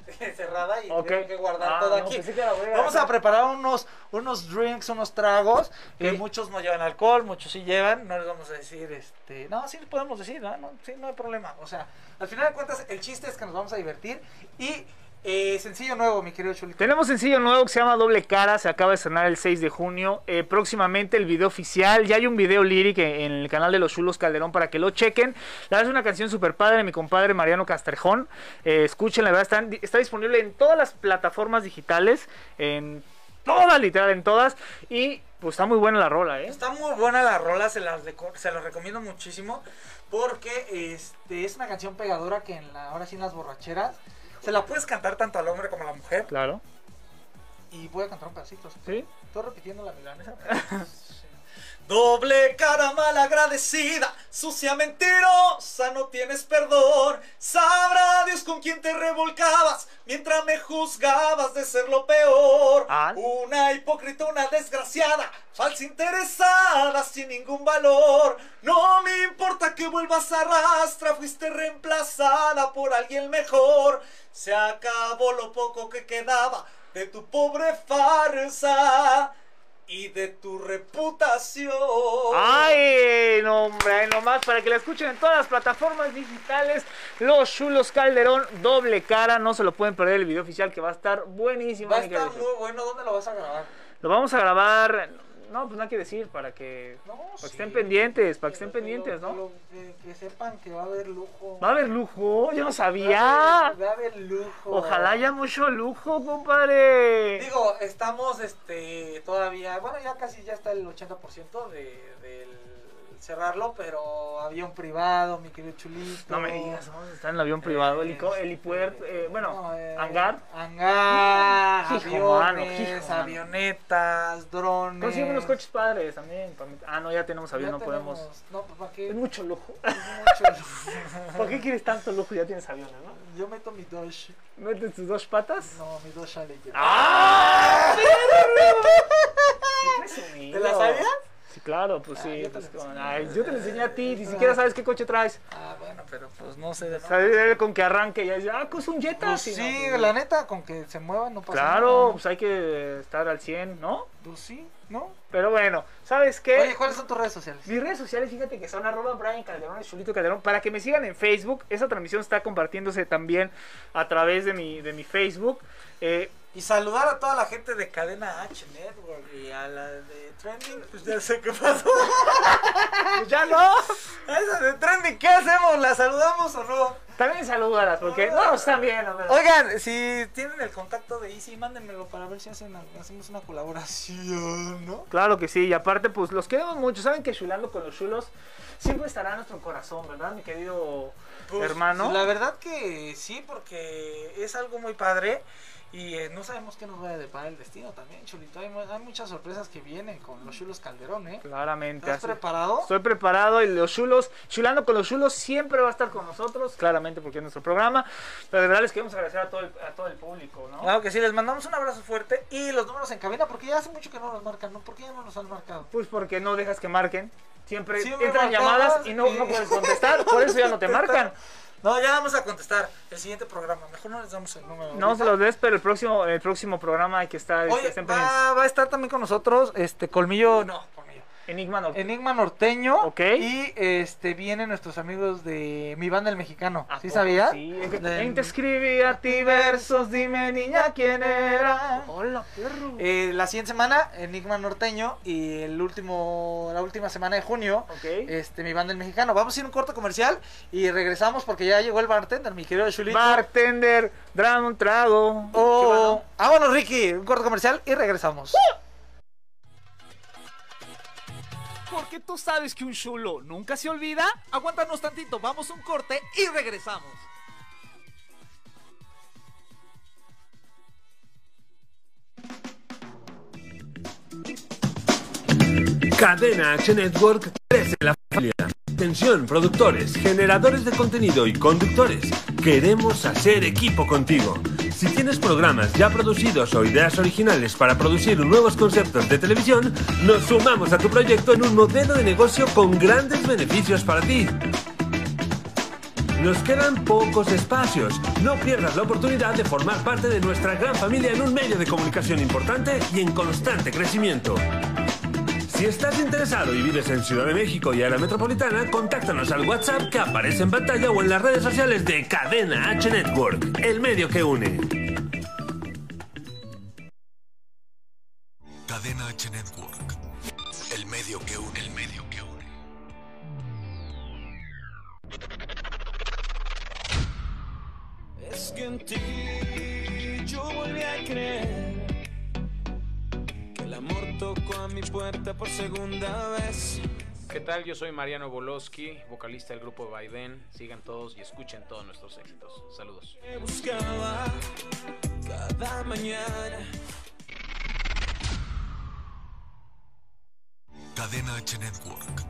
Speaker 2: este, cerrada y
Speaker 3: Ok.
Speaker 2: tengo que guardar
Speaker 3: Ah,
Speaker 2: todo
Speaker 3: no,
Speaker 2: aquí.
Speaker 3: pensé que la bodega
Speaker 2: Vamos
Speaker 3: acá.
Speaker 2: a preparar unos, unos drinks, unos tragos, que
Speaker 3: Ok.
Speaker 2: muchos no llevan alcohol, muchos sí llevan, no les vamos a decir, este, no, sí les podemos decir, ¿no? No, sí, no hay problema. O sea, al final de cuentas, el chiste es que nos vamos a divertir y eh, sencillo nuevo, mi querido Chulito.
Speaker 3: Tenemos sencillo nuevo que se llama Doble Cara, se acaba de estrenar el 6 de junio. Eh, próximamente el video oficial, ya hay un video lyric en, en el canal de Los Chulos Calderón para que lo chequen. La verdad es una canción super padre, mi compadre Mariano Castrejón. Eh, escuchen, la verdad están- está disponible en todas las plataformas digitales, en todas, literal, en todas. Y pues está muy buena la rola, ¿eh?
Speaker 2: Está muy buena la rola, se las, reco- se las recomiendo muchísimo. Porque este, es una canción pegadora que en la, ahora sí en las borracheras se la puedes cantar tanto al hombre como a la mujer.
Speaker 3: Claro.
Speaker 2: Y voy a cantar un pedacito.
Speaker 3: ¿Sí?
Speaker 2: Estoy repitiendo la milanesa. pero- Doble cara malagradecida, sucia mentirosa, no tienes perdón. Sabrá Dios con quién te revolcabas mientras me juzgabas de ser lo peor.
Speaker 3: Ah.
Speaker 2: Una hipócrita, una desgraciada, falsa interesada, sin ningún valor. No me importa que vuelvas a rastra, fuiste reemplazada por alguien mejor. Se acabó lo poco que quedaba de tu pobre farsa y de tu reputación.
Speaker 3: Ay, no, hombre, ahí nomás para que la escuchen en todas las plataformas digitales. Los chulos Calderón, doble cara. No se lo pueden perder el video oficial que va a estar buenísimo.
Speaker 2: Va a
Speaker 3: mi querido
Speaker 2: estar
Speaker 3: Chulo.
Speaker 2: muy bueno. ¿Dónde lo vas a grabar?
Speaker 3: Lo vamos a grabar. No, pues no hay que decir para que,
Speaker 2: No,
Speaker 3: para que
Speaker 2: sí.
Speaker 3: estén pendientes, para que estén
Speaker 2: lo-
Speaker 3: pendientes,
Speaker 2: lo-
Speaker 3: ¿no?
Speaker 2: lo- que, que sepan que va a haber lujo.
Speaker 3: Va a haber lujo, yo no
Speaker 2: Va a
Speaker 3: sabía.
Speaker 2: haber- va a haber lujo.
Speaker 3: Ojalá haya mucho lujo, compadre.
Speaker 2: Digo, estamos este todavía, bueno, ya casi ya está el 80% de, del cerrarlo, pero había un privado, mi querido Chulito.
Speaker 3: No me digas, vamos a estar en el avión privado, helico- helipuerto, eh, bueno,
Speaker 2: No, eh,
Speaker 3: hangar.
Speaker 2: Hangar,
Speaker 3: Hijo, mano,
Speaker 2: aviones,
Speaker 3: hijo, mano.
Speaker 2: avionetas, drones.
Speaker 3: Consigue unos coches padres también. para mi- Ah, no, ya tenemos
Speaker 2: Ya
Speaker 3: avión, no
Speaker 2: tenemos-
Speaker 3: podemos.
Speaker 2: No, pues para
Speaker 3: Es
Speaker 2: qué.
Speaker 3: mucho lujo.
Speaker 2: Mucho.
Speaker 3: ¿Por qué quieres tanto lujo? Ya tienes aviones, ¿no?
Speaker 2: Yo meto mi Dodge.
Speaker 3: ¿Metes tus dos patas?
Speaker 2: No, mi Dodge Challenger.
Speaker 3: ¡Ah!
Speaker 2: ¿Te la sabías?
Speaker 3: Sí, claro, pues
Speaker 2: Ah, yo
Speaker 3: sí.
Speaker 2: te Ah.
Speaker 3: pues,
Speaker 2: la
Speaker 3: con-
Speaker 2: enseñé.
Speaker 3: ay, yo te la enseñé a ti, ni siquiera sabes qué coche traes.
Speaker 2: Ah, bueno, pero pues no sé. ¿no?
Speaker 3: Sabes él con que arranque y ya dice, ah, es un Jetta.
Speaker 2: Pues
Speaker 3: Sí,
Speaker 2: sí,
Speaker 3: no, pues,
Speaker 2: la neta, con que se mueva no pasa
Speaker 3: Claro,
Speaker 2: nada.
Speaker 3: pues hay que estar al 100, ¿no?
Speaker 2: Pues sí, ¿no?
Speaker 3: Pero bueno, ¿sabes qué?
Speaker 2: Oye, ¿cuáles son tus redes sociales?
Speaker 3: Mis redes sociales, fíjate que son arroba Brian Calderón, el Chulito Calderón. Para que me sigan en Facebook, esa transmisión está compartiéndose también a través de mi, de mi Facebook. Eh,
Speaker 2: Y saludar a toda la gente de Cadena H Network y a la de Trending, pues ya sé qué pasó.
Speaker 3: pues ya no.
Speaker 2: A esa de Trending, ¿qué hacemos? ¿La saludamos o no?
Speaker 3: También salúdalas, porque no, están bien, hombre.
Speaker 2: Oigan, si tienen el contacto de Easy, mándenmelo para ver si hacen, hacemos una colaboración, ¿no?
Speaker 3: Claro que sí, y aparte, pues los queremos mucho. Saben que chulando con los chulos siempre estará en nuestro corazón, ¿verdad, mi querido
Speaker 2: Pues,
Speaker 3: hermano?
Speaker 2: La verdad que sí, porque es algo muy padre y eh, no sabemos qué nos va a deparar el destino también, Chulito. Hay, mu- hay muchas sorpresas que vienen con los chulos Calderón, ¿eh?
Speaker 3: Claramente.
Speaker 2: ¿Estás
Speaker 3: así.
Speaker 2: preparado?
Speaker 3: Estoy preparado y los chulos, chulando con los chulos, siempre va a estar con nosotros, claramente porque es nuestro programa. Pero de verdad les queremos agradecer a todo el, a todo el público, ¿no?
Speaker 2: Claro que sí, les mandamos un abrazo fuerte y los números en cabina, porque ya hace mucho que no nos marcan, ¿no? ¿Por qué ya no nos han marcado?
Speaker 3: Pues porque no dejas que marquen. Siempre
Speaker 2: Siempre
Speaker 3: entran
Speaker 2: marcamos
Speaker 3: llamadas y no,
Speaker 2: y-
Speaker 3: no puedes contestar, por eso ya no te marcan.
Speaker 2: No, ya vamos a contestar el siguiente programa. Mejor no les damos el número.
Speaker 3: No se
Speaker 2: ahorita.
Speaker 3: los des, pero el próximo, el próximo programa hay que estar este,
Speaker 2: Oye, ah,
Speaker 3: estén pendientes.
Speaker 2: va, va a estar también con nosotros este Colmillo. No, Colmillo.
Speaker 3: Enigma no.
Speaker 2: Enigma Norteño.
Speaker 3: Ok.
Speaker 2: Y este vienen nuestros amigos de mi banda el mexicano.
Speaker 3: ¿A
Speaker 2: ¿Sí
Speaker 3: poco
Speaker 2: sabías?
Speaker 3: Ah, Sí, es que
Speaker 2: De-
Speaker 3: te escribí a ti versos, dime niña quién era. Hola, perro.
Speaker 2: Eh, la siguiente semana, Enigma Norteño. Y el último, la última semana de junio,
Speaker 3: ok. Eh,
Speaker 2: este, mi banda el mexicano. Vamos a ir a un corte comercial y regresamos porque ya llegó el bartender, mi querido Chulito.
Speaker 3: Bartender, drama un trago.
Speaker 2: Oh, vámonos, Ricky. Un corte comercial y regresamos.
Speaker 3: Porque tú sabes que un chulo nunca se olvida.
Speaker 2: Aguántanos tantito, vamos un corte y regresamos.
Speaker 4: Cadena H Network crece la familia. Atención, productores, generadores de contenido y conductores. Queremos hacer equipo contigo. Si tienes programas ya producidos o ideas originales para producir nuevos conceptos de televisión, nos sumamos a tu proyecto en un modelo de negocio con grandes beneficios para ti. Nos quedan pocos espacios. No pierdas la oportunidad de formar parte de nuestra gran familia en un medio de comunicación importante y en constante crecimiento. Si estás interesado y vives en Ciudad de México y área metropolitana, contáctanos al WhatsApp que aparece en pantalla o en las redes sociales de Cadena H Network, el medio que une.
Speaker 1: Cadena H Network. El medio que une. El medio que une.
Speaker 5: Es que en ti yo volví a creer que el amor tocó a mi puerta por segunda vez.
Speaker 6: ¿Qué tal? Yo soy Mariano Boloski, vocalista del grupo Biden. Sigan todos y escuchen todos nuestros éxitos. Saludos.
Speaker 5: Te buscaba cada mañana.
Speaker 1: Cadena H Network.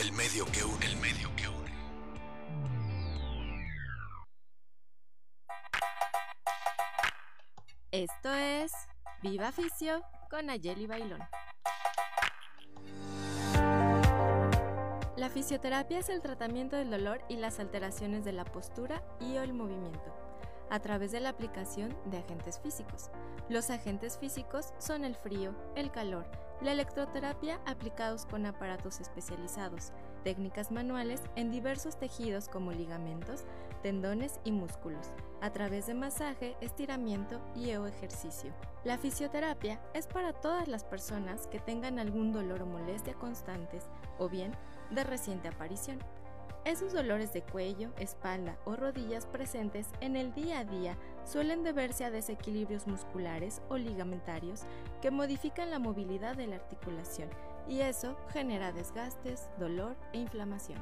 Speaker 1: El medio que une. El medio que une.
Speaker 7: Esto es Viva Fisio con Ayeli Bailón. La fisioterapia es el tratamiento del dolor y las alteraciones de la postura y o el movimiento a través de la aplicación de agentes físicos. Los agentes físicos son el frío, el calor, la electroterapia aplicados con aparatos especializados, técnicas manuales en diversos tejidos como ligamentos, tendones y músculos, a través de masaje, estiramiento y o ejercicio. La fisioterapia es para todas las personas que tengan algún dolor o molestia constantes o bien de reciente aparición. Esos dolores de cuello, espalda o rodillas presentes en el día a día suelen deberse a desequilibrios musculares o ligamentarios que modifican la movilidad de la articulación y eso genera desgastes, dolor e inflamación.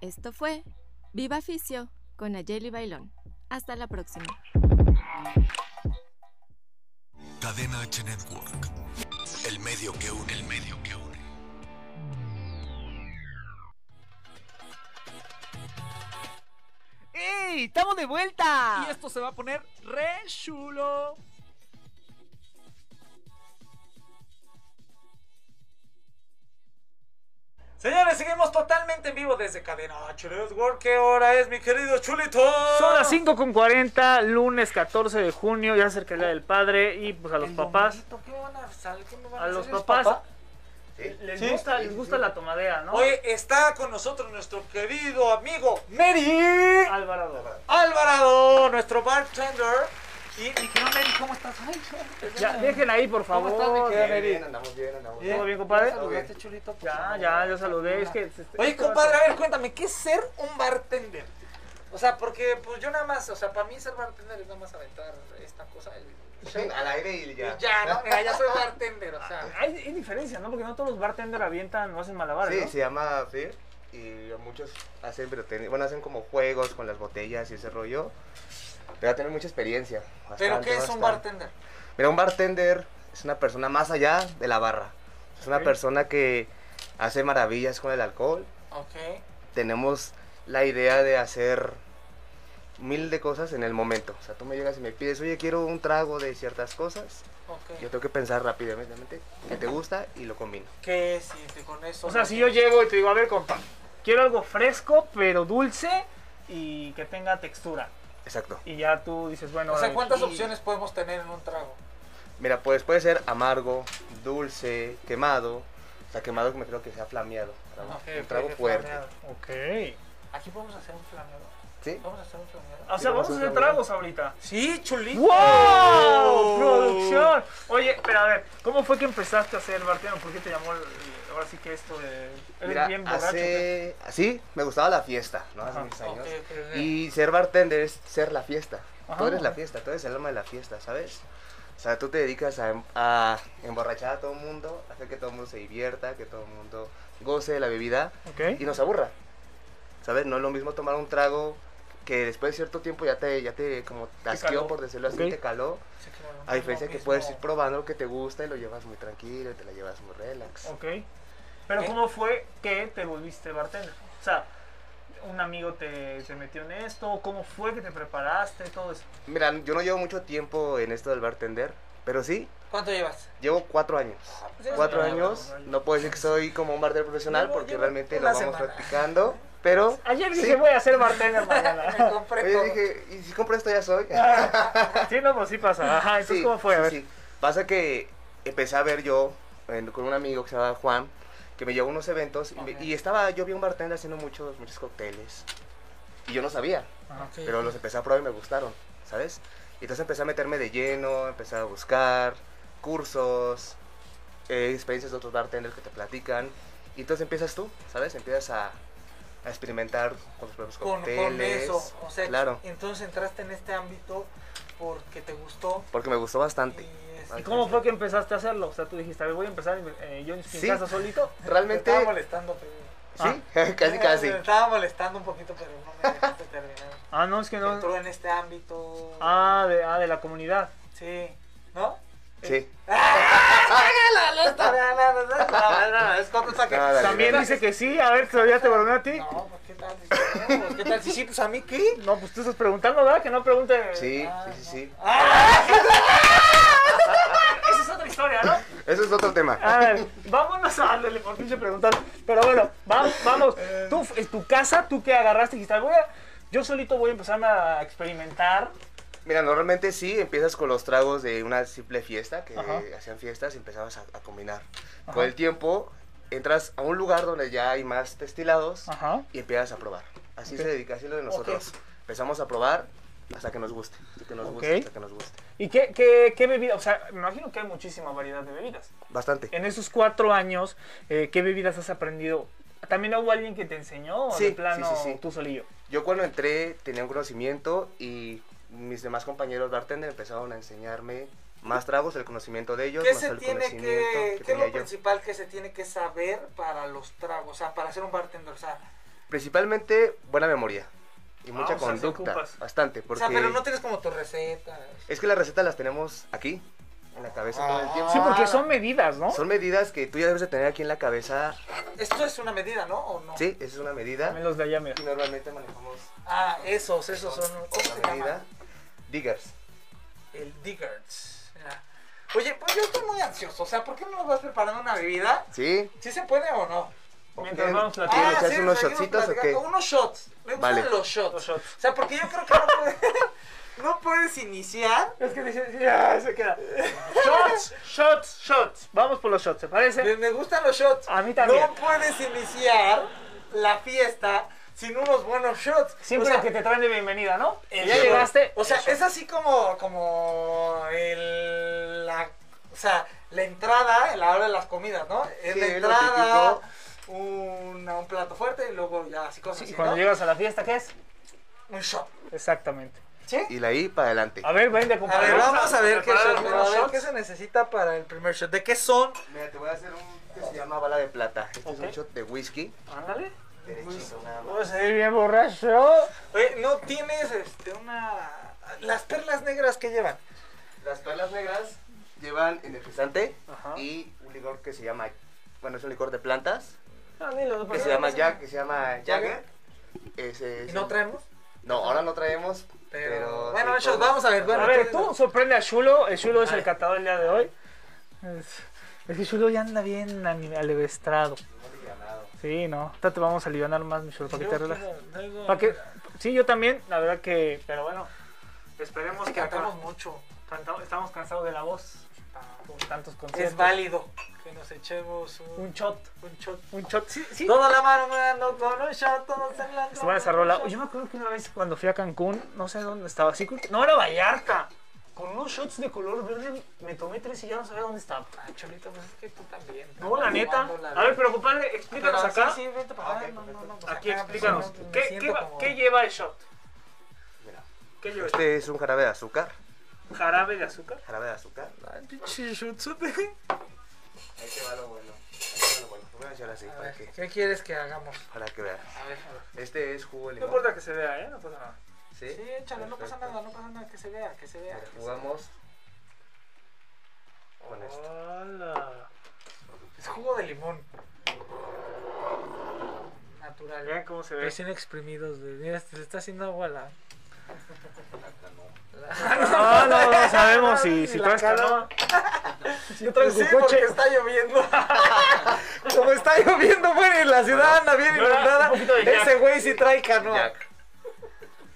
Speaker 7: Esto fue Viva Fisio con Ayeli Bailón. Hasta la próxima.
Speaker 1: Cadena H Network. El medio que une, el medio que une.
Speaker 8: ¡Ey! ¡Estamos de vuelta!
Speaker 6: Y esto se va a poner re chulo.
Speaker 2: Señores, seguimos totalmente en vivo desde Cadena H Network. ¿Qué hora es, mi querido Chulito?
Speaker 3: Son las 5 con 40, lunes 14 de junio, ya cerca del Día del Padre y pues a los
Speaker 2: El
Speaker 3: papás,
Speaker 2: dominguito, ¿Qué van a, sal- qué me van a
Speaker 3: a los
Speaker 2: hacer los
Speaker 3: papás
Speaker 2: papás?
Speaker 3: les gusta, les gusta la tomadera, ¿no?
Speaker 2: Hoy está con nosotros nuestro querido amigo Mary
Speaker 3: Ah. Alvarado.
Speaker 2: Alvarado, nuestro bartender. Y, y que no, Mary, ¿cómo estás? Ay,
Speaker 3: Ya, dejen ahí, por
Speaker 2: ¿Cómo estás, mi
Speaker 3: favor.
Speaker 2: querida Mary?
Speaker 9: andamos bien, andamos bien.
Speaker 3: ¿Todo bien, compadre?
Speaker 2: ¿Ya saludaste, chulito? Pues,
Speaker 3: Ya,
Speaker 2: no,
Speaker 3: ya,
Speaker 2: no,
Speaker 3: yo saludé,
Speaker 2: no.
Speaker 3: es que...
Speaker 2: Oye, compadre, a ver, cuéntame, ¿qué es ser un bartender? O sea, porque pues yo nada más, o sea, para mí ser bartender es nada más aventar esta cosa. y-
Speaker 9: Sí, al aire y ya.
Speaker 2: y ya, ¿no? Mira, ya soy bartender, o sea.
Speaker 3: Hay, hay diferencia, ¿no? Porque no todos los bartenders avientan o hacen malabares,
Speaker 9: Sí,
Speaker 3: ¿no?
Speaker 9: se llama Fear y muchos hacen, pero ten- bueno, hacen como juegos con las botellas y ese rollo. Pero tener mucha experiencia.
Speaker 2: Pero
Speaker 9: bastante,
Speaker 2: ¿qué es un
Speaker 9: bastante.
Speaker 2: bartender?
Speaker 9: Mira, un bartender es una persona más allá de la barra. Es una
Speaker 3: Ok.
Speaker 9: persona que hace maravillas con el alcohol.
Speaker 2: Ok.
Speaker 9: Tenemos la idea de hacer mil de cosas en el momento. O sea, tú me llegas y me pides, oye, quiero un trago de ciertas cosas. Yo
Speaker 2: Ok.
Speaker 9: tengo que pensar rápidamente qué te gusta y lo combino.
Speaker 2: ¿Qué siente con eso?
Speaker 3: O sea, si yo llego y te digo, a ver, compa, quiero algo fresco, pero dulce y que tenga textura.
Speaker 9: Exacto.
Speaker 3: Y ya tú dices, bueno...
Speaker 2: O sea,
Speaker 3: órale.
Speaker 2: ¿cuántas
Speaker 3: Y-
Speaker 2: opciones podemos tener en un trago?
Speaker 9: Mira, pues puede ser amargo, dulce, quemado. O sea, quemado me creo que sea flameado. ¿no?
Speaker 2: Ok,
Speaker 9: un trago
Speaker 2: ok,
Speaker 9: fuerte.
Speaker 2: flameado.
Speaker 3: Ok.
Speaker 2: Aquí podemos hacer un flameado.
Speaker 9: ¿Sí?
Speaker 2: Vamos a hacer un flameado.
Speaker 3: O sea, vamos a hacer tragos ahorita.
Speaker 2: Sí, Oh. chulito.
Speaker 3: ¡Wow! ¡Producción! Oye, pero a ver, ¿cómo fue que empezaste a hacer bartender? ¿Por qué te llamó el- ahora sí que esto de... Eres
Speaker 9: Mira,
Speaker 3: bien borracho. ¿qué?
Speaker 9: hace... Sí, me gustaba la fiesta, ¿no? Hace
Speaker 3: Ajá.
Speaker 9: muchos
Speaker 2: Ok,
Speaker 9: años.
Speaker 2: ok, Ah. ok.
Speaker 9: Y ser bartender es ser la fiesta.
Speaker 3: Ajá.
Speaker 9: Tú eres la fiesta, tú eres el alma de la fiesta, ¿sabes? O sea, tú te dedicas a, em- a emborrachar a todo el mundo, hacer que todo el mundo se divierta, que todo el mundo goce de la bebida y
Speaker 3: Ok.
Speaker 9: nos aburra. ¿Sabes? No es lo mismo tomar un trago que después de cierto tiempo ya te, ya te como
Speaker 3: caló.
Speaker 9: tasqueó, por decirlo así,
Speaker 3: Ok.
Speaker 9: te caló.
Speaker 2: Sí, claro, no
Speaker 9: A
Speaker 2: es
Speaker 9: diferencia
Speaker 2: lo
Speaker 9: que
Speaker 2: mismo.
Speaker 9: puedes ir probando lo que te gusta y lo llevas muy tranquilo y te la llevas muy relax.
Speaker 3: Ok. Pero
Speaker 2: ¿Qué?
Speaker 3: ¿cómo fue que te volviste bartender? O sea, ¿un amigo te, te metió en esto? ¿Cómo fue que te preparaste? Todo eso.
Speaker 9: Mira, yo no llevo mucho tiempo en esto del bartender, pero sí,
Speaker 2: ¿Cuánto llevas?
Speaker 9: llevo cuatro años.
Speaker 3: Ah,
Speaker 2: pues,
Speaker 9: Cuatro
Speaker 2: ya,
Speaker 9: años,
Speaker 3: bueno,
Speaker 9: no puedo decir que soy como un bartender profesional
Speaker 2: Llevo-
Speaker 9: porque
Speaker 2: llevo
Speaker 9: realmente lo
Speaker 2: una
Speaker 9: vamos
Speaker 2: semana.
Speaker 9: practicando, pero...
Speaker 3: Ayer
Speaker 9: sí.
Speaker 3: dije voy a ser bartender mañana.
Speaker 2: Me compré
Speaker 9: Oye,
Speaker 2: todo.
Speaker 9: dije, ¿y si compro esto ya soy?
Speaker 3: sí, no, pues sí pasa. Ajá, entonces
Speaker 9: Sí,
Speaker 3: ¿cómo fue? A
Speaker 9: sí,
Speaker 3: ver.
Speaker 9: sí. Pasa que empecé a ver yo en- con un amigo que se llama Juan, que me llevó a unos eventos y, me-
Speaker 2: Ok.
Speaker 9: y estaba, yo vi a un bartender haciendo muchos, muchos cócteles y yo no sabía,
Speaker 2: Ah, ok.
Speaker 9: pero los empecé a probar y me gustaron, ¿sabes? Y entonces empecé a meterme de lleno, empecé a buscar cursos, eh, experiencias de otros bartenders que te platican y entonces empiezas tú, ¿sabes? Empiezas a, a experimentar con tus propios
Speaker 2: con,
Speaker 9: cócteles.
Speaker 2: con eso. O sea, eh,
Speaker 9: claro,
Speaker 2: entonces entraste en este ámbito porque te gustó.
Speaker 9: porque me gustó bastante.
Speaker 2: Y es-
Speaker 3: ¿Y cómo fue que empezaste a hacerlo? O sea, tú dijiste, a ver, voy a empezar eh, yo en mi
Speaker 9: Sí.
Speaker 3: casa solito.
Speaker 2: Te
Speaker 9: Realmente,
Speaker 2: estaba molestando, pero...
Speaker 9: sí,
Speaker 2: ah.
Speaker 9: casi casi.
Speaker 2: Me estaba molestando un poquito, pero no me dejaste terminar.
Speaker 3: Ah, no, es que no.
Speaker 2: Entró en este ámbito.
Speaker 3: Ah, de, ah, de la comunidad.
Speaker 2: Sí. ¿No?
Speaker 9: Sí.
Speaker 2: Es como para que-
Speaker 9: Nada, dale,
Speaker 3: También
Speaker 9: dale.
Speaker 3: dice que sí, a ver, todavía te volvió a ti.
Speaker 2: No, pues qué tal. si- no, pues, ¿Qué tal si sí? Pues a mí qué.
Speaker 3: No, pues tú estás preguntando, ¿verdad? Que no pregunte.
Speaker 9: Sí, sí, sí, sí.
Speaker 3: Esa es otra historia, ¿no?
Speaker 9: Eso es otro tema.
Speaker 3: A ver, vámonos a darle por pinche preguntar. Pero bueno, va- vamos. Tú, "Ah, en tu casa, tú que agarraste y dijiste, voy a- yo solito voy a empezarme a experimentar
Speaker 9: Mira, normalmente sí, empiezas con los tragos de una simple fiesta, que
Speaker 2: Ajá.
Speaker 9: hacían fiestas y empezabas a, a combinar.
Speaker 2: Ajá.
Speaker 9: Con el tiempo, entras a un lugar donde ya hay más destilados
Speaker 2: Ajá.
Speaker 9: y empiezas a probar. Así
Speaker 2: Ok.
Speaker 9: se dedica, así lo de nosotros. Empezamos a probar hasta que nos guste, hasta que nos
Speaker 3: Ok.
Speaker 9: guste, hasta que nos guste.
Speaker 3: ¿Y qué, qué, qué bebida? O sea, me imagino que hay muchísima variedad de bebidas.
Speaker 9: Bastante.
Speaker 3: En esos cuatro años, eh, ¿qué bebidas has aprendido? ¿También hubo alguien que te enseñó o
Speaker 9: Sí,
Speaker 3: de
Speaker 9: sí,
Speaker 3: plano
Speaker 9: sí, sí.
Speaker 3: tú solillo?
Speaker 9: Yo cuando entré tenía un conocimiento y mis demás compañeros bartender empezaron a enseñarme más tragos, el conocimiento de ellos,
Speaker 2: ¿Qué
Speaker 9: más
Speaker 2: se
Speaker 9: el
Speaker 2: tiene que,
Speaker 9: conocimiento que
Speaker 2: qué es
Speaker 9: tenía
Speaker 2: lo
Speaker 9: yo.
Speaker 2: principal que se tiene que saber para los tragos? O sea, para ser un bartender, o sea,
Speaker 9: Principalmente buena memoria y mucha
Speaker 3: o sea, sí
Speaker 9: conducta,
Speaker 3: ocupas.
Speaker 9: bastante,
Speaker 2: o
Speaker 9: porque
Speaker 2: sea, pero no tienes como tu receta.
Speaker 9: es que las recetas las tenemos aquí, en la cabeza todo el tiempo.
Speaker 3: Ah. Sí, porque son medidas, ¿no?
Speaker 9: Ah. Son medidas que tú ya debes de tener aquí en la cabeza.
Speaker 2: Esto es una medida, ¿no? ¿O no?
Speaker 9: Sí, esa es una medida.
Speaker 3: También los de allá, mira.
Speaker 9: Y normalmente manejamos
Speaker 2: Ah, esos, esos son. ¿Cómo se
Speaker 9: otra medida.
Speaker 2: llama?
Speaker 9: Diggers.
Speaker 2: El Diggards. Ah. Oye, pues yo estoy muy ansioso. O sea, ¿por qué no nos vas preparando una bebida?
Speaker 9: ¿Sí?
Speaker 2: ¿Sí se puede o no? Ah,
Speaker 3: Mientras vamos
Speaker 9: ¿Quieren-
Speaker 3: platicando.
Speaker 9: ¿Quieren echarse
Speaker 2: sí,
Speaker 9: unos
Speaker 2: seguimos
Speaker 9: shotsitos o qué?
Speaker 2: platicando. Unos shots. Me gustan
Speaker 9: Vale.
Speaker 2: los shots.
Speaker 3: Los shots.
Speaker 2: O sea, porque yo creo que no puedes, no puedes iniciar.
Speaker 3: Es que dice, ya, se queda. Shots, shots, shots. Vamos por los shots, ¿te
Speaker 2: Me,
Speaker 3: parece?
Speaker 2: me gustan los shots.
Speaker 3: A mí también.
Speaker 2: No puedes iniciar la fiesta sin unos buenos shots.
Speaker 3: Siempre
Speaker 2: O sea,
Speaker 3: que te traen de bienvenida, ¿no?
Speaker 2: el-
Speaker 3: ya llegaste.
Speaker 2: O sea, es así como, como el, la, o sea, la entrada, la hora de las comidas, ¿no? Es
Speaker 9: Sí,
Speaker 2: la
Speaker 9: lo
Speaker 2: entrada, una- un plato fuerte y luego ya así cosas.
Speaker 3: Y
Speaker 2: así,
Speaker 3: cuando
Speaker 2: ¿no?
Speaker 3: llegas a la fiesta, ¿qué es?
Speaker 2: Un shot.
Speaker 3: Exactamente.
Speaker 2: ¿Sí?
Speaker 9: Y de ahí para adelante.
Speaker 3: A ver, vende,
Speaker 2: A
Speaker 3: compadre.
Speaker 2: ver, vamos a ver, qué,
Speaker 3: Preparar
Speaker 2: se-
Speaker 3: los
Speaker 2: a ver
Speaker 3: shots.
Speaker 2: qué se necesita para el primer shot. ¿De qué son?
Speaker 9: Mira, te voy a hacer un que se llama bala de plata. Este es un
Speaker 3: Ok.
Speaker 9: shot de whisky.
Speaker 3: Ándale.
Speaker 9: Derechito, nada más.
Speaker 3: Vamos a ir bien borracho.
Speaker 2: Oye, no tienes este, una... Las perlas negras que llevan.
Speaker 9: Las perlas negras llevan energizante
Speaker 3: Ajá.
Speaker 9: y un licor que se llama, bueno, es un licor de plantas,
Speaker 2: Ah,
Speaker 3: Ándale,
Speaker 9: que se llama Jack, que se llama Jagger. Ese
Speaker 2: ¿Y
Speaker 9: es
Speaker 2: no
Speaker 9: un-
Speaker 2: traemos?
Speaker 9: No, ahora no traemos,
Speaker 2: Pero-
Speaker 9: pero...
Speaker 2: bueno, ellos, vamos a ver, bueno,
Speaker 3: A ver, tú sorprende a Chulo. El Chulo es el catador el día de hoy. Es, es que Chulo ya anda bien ani- alevestrado. Sí, no. Ahorita te vamos a aliviar más, mi Chulo, para que te relajes. Pa' que- Sí, yo también, la verdad que. Pero bueno, esperemos
Speaker 2: que
Speaker 3: que acá-
Speaker 2: cantamos mucho.
Speaker 3: canta- Estamos cansados de la voz. Con tantos conciertos.
Speaker 2: Es válido que nos echemos un,
Speaker 3: Un shot.
Speaker 2: un shot.
Speaker 3: Un shot. Sí, sí.
Speaker 2: Toda la mano me dando con un shot, todos hablando.
Speaker 3: Se van a esa rola. Yo me acuerdo que una vez cuando fui a Cancún, no sé dónde estaba. Sí, creo que- no era Vallarta. Con unos shots de color verde me tomé tres y ya no sabía dónde estaba.
Speaker 2: Ah, Cholito, pues es que tú también.
Speaker 3: No, la neta.
Speaker 2: Jugándola,
Speaker 3: A ver, pero compadre,
Speaker 2: Pero
Speaker 3: explícanos acá.
Speaker 2: Sí, sí, vente para acá.
Speaker 9: Ah, ok,
Speaker 2: no, no, no, pues
Speaker 3: Aquí
Speaker 2: acá, pues,
Speaker 3: explícanos.
Speaker 2: no, me
Speaker 3: ¿Qué,
Speaker 2: siento
Speaker 3: qué va-
Speaker 2: como-
Speaker 3: qué lleva el shot?
Speaker 9: Mira.
Speaker 3: ¿Qué lleva el shot?
Speaker 9: Este es un jarabe de azúcar,
Speaker 3: ¿Jarabe de azúcar?
Speaker 9: jarabe de azúcar.
Speaker 2: Ay, pinche shotzote.
Speaker 9: Ahí te va lo bueno, ahí te va lo bueno. Lo voy a echar así,
Speaker 2: A
Speaker 9: para que,
Speaker 2: ver, ¿Qué quieres que hagamos?
Speaker 9: para que veas.
Speaker 2: A ver, a ver.
Speaker 9: Este es jugo de
Speaker 3: No
Speaker 9: limón.
Speaker 3: importa que se vea, ¿eh? No pasa nada.
Speaker 9: Sí,
Speaker 2: Sí, échale, no pasa
Speaker 9: Perfecto.
Speaker 2: nada, no pasa nada, que se vea, que se vea.
Speaker 9: Mira,
Speaker 2: que se
Speaker 9: jugamos con esto.
Speaker 3: Hola.
Speaker 2: vea. Es jugo de limón. Natural.
Speaker 3: Vean cómo se ve.
Speaker 2: Recién exprimidos, güey. Mira, se le está haciendo agua a la.
Speaker 3: No, Ah, no, no sabemos si, si
Speaker 2: La
Speaker 3: traes
Speaker 2: cara.
Speaker 3: canoa. Si traes
Speaker 2: Pues
Speaker 3: tu
Speaker 2: sí, porque
Speaker 3: coche.
Speaker 2: está lloviendo. Como está lloviendo, bueno, y la ciudad anda bien
Speaker 3: yo era
Speaker 2: inundada.
Speaker 3: un poquito de Jack.
Speaker 2: Ese güey sí trae canoa.
Speaker 9: Jack.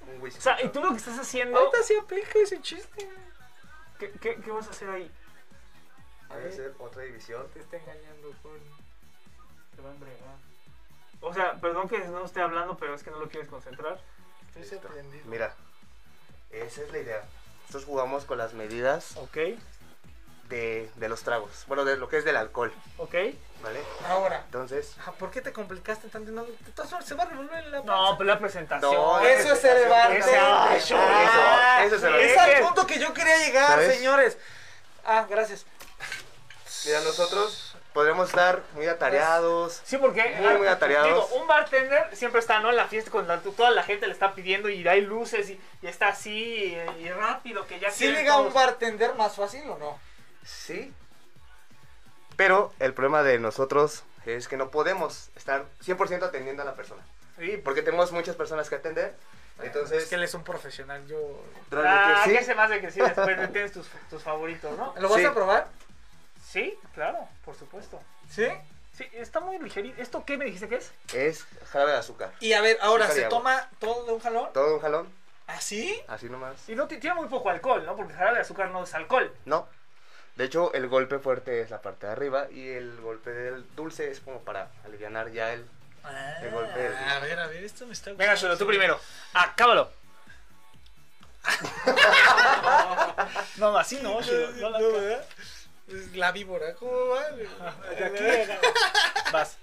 Speaker 9: Un whisky.
Speaker 3: O sea, y tú lo que estás haciendo.
Speaker 2: Ahorita sí aplica ese chiste, güey.
Speaker 3: ¿Qué, qué, qué vas a hacer ahí?
Speaker 9: Debe ser otra división.
Speaker 2: Te está engañando con.
Speaker 3: Te va a embriagar. O sea, perdón que no esté hablando, pero es que no lo quieres concentrar.
Speaker 2: Estoy
Speaker 9: Listo.
Speaker 2: sorprendido.
Speaker 9: Mira, esa es la idea. Nosotros jugamos con las medidas
Speaker 3: Ok,
Speaker 9: de, de los tragos. Bueno, de lo que es del alcohol,
Speaker 3: ok.
Speaker 9: ¿vale?
Speaker 2: Ahora,
Speaker 9: Entonces,
Speaker 2: ah, ¿por qué te complicaste tanto? No, de todas formas, se va a revolver en la panza.
Speaker 3: No, pues la presentación.
Speaker 9: No,
Speaker 2: Eso es el bartender.
Speaker 3: Ese es el
Speaker 2: Ah,
Speaker 9: show. Eso es el
Speaker 2: Es
Speaker 3: bartender.
Speaker 2: al punto que yo quería llegar,
Speaker 9: ¿Sabes?
Speaker 2: señores. Ah, gracias.
Speaker 9: mira, nosotros Pues, podremos estar muy atareados.
Speaker 3: Sí, porque
Speaker 9: Muy, muy atareados.
Speaker 3: digo, un bartender siempre está ¿no? en la fiesta cuando toda la gente le está pidiendo y hay luces y, y está así y, y rápido que ya
Speaker 2: ¿Sí
Speaker 3: quieren
Speaker 2: llega un
Speaker 3: todos.
Speaker 2: bartender más fácil o no?
Speaker 9: Sí. Pero el problema de nosotros es que no podemos estar 100% atendiendo a la persona.
Speaker 3: Sí,
Speaker 9: Porque tenemos muchas personas que atender.
Speaker 2: Es
Speaker 9: Entonces,
Speaker 2: que él es un profesional, yo...
Speaker 9: tras de
Speaker 3: Ah,
Speaker 9: que
Speaker 3: ¿qué
Speaker 9: sí,
Speaker 3: se me hace que sí? Después tienes tus, tus favoritos, ¿no?
Speaker 2: ¿Lo vas
Speaker 9: Sí.
Speaker 2: a probar?
Speaker 3: Sí, claro, por supuesto.
Speaker 2: ¿Sí?
Speaker 3: Sí, está muy ligerito. ¿Esto qué me dijiste que es?
Speaker 9: es jarabe de azúcar.
Speaker 2: Y a ver, ahora,
Speaker 9: Azúcar y
Speaker 2: ¿se
Speaker 9: agua.
Speaker 2: toma todo de un jalón?
Speaker 9: Todo un jalón.
Speaker 2: ¿Ah, sí?
Speaker 9: Así nomás.
Speaker 3: Y no ti- tiene muy poco alcohol, ¿no? Porque el jarabe de azúcar no es alcohol.
Speaker 9: No. De hecho, el golpe fuerte es la parte de arriba y el golpe del dulce es como para aliviar ya el...
Speaker 2: Ah,
Speaker 9: De golpe.
Speaker 2: A ver, a ver, esto me está
Speaker 3: Venga, Chulo, tú primero. Acábalo. no, así no, Chulo. No, la
Speaker 2: No, eh.
Speaker 3: acá-
Speaker 2: ¿verdad? Es La víbora, ¿cómo va?
Speaker 3: de aquí, de acá. Vas.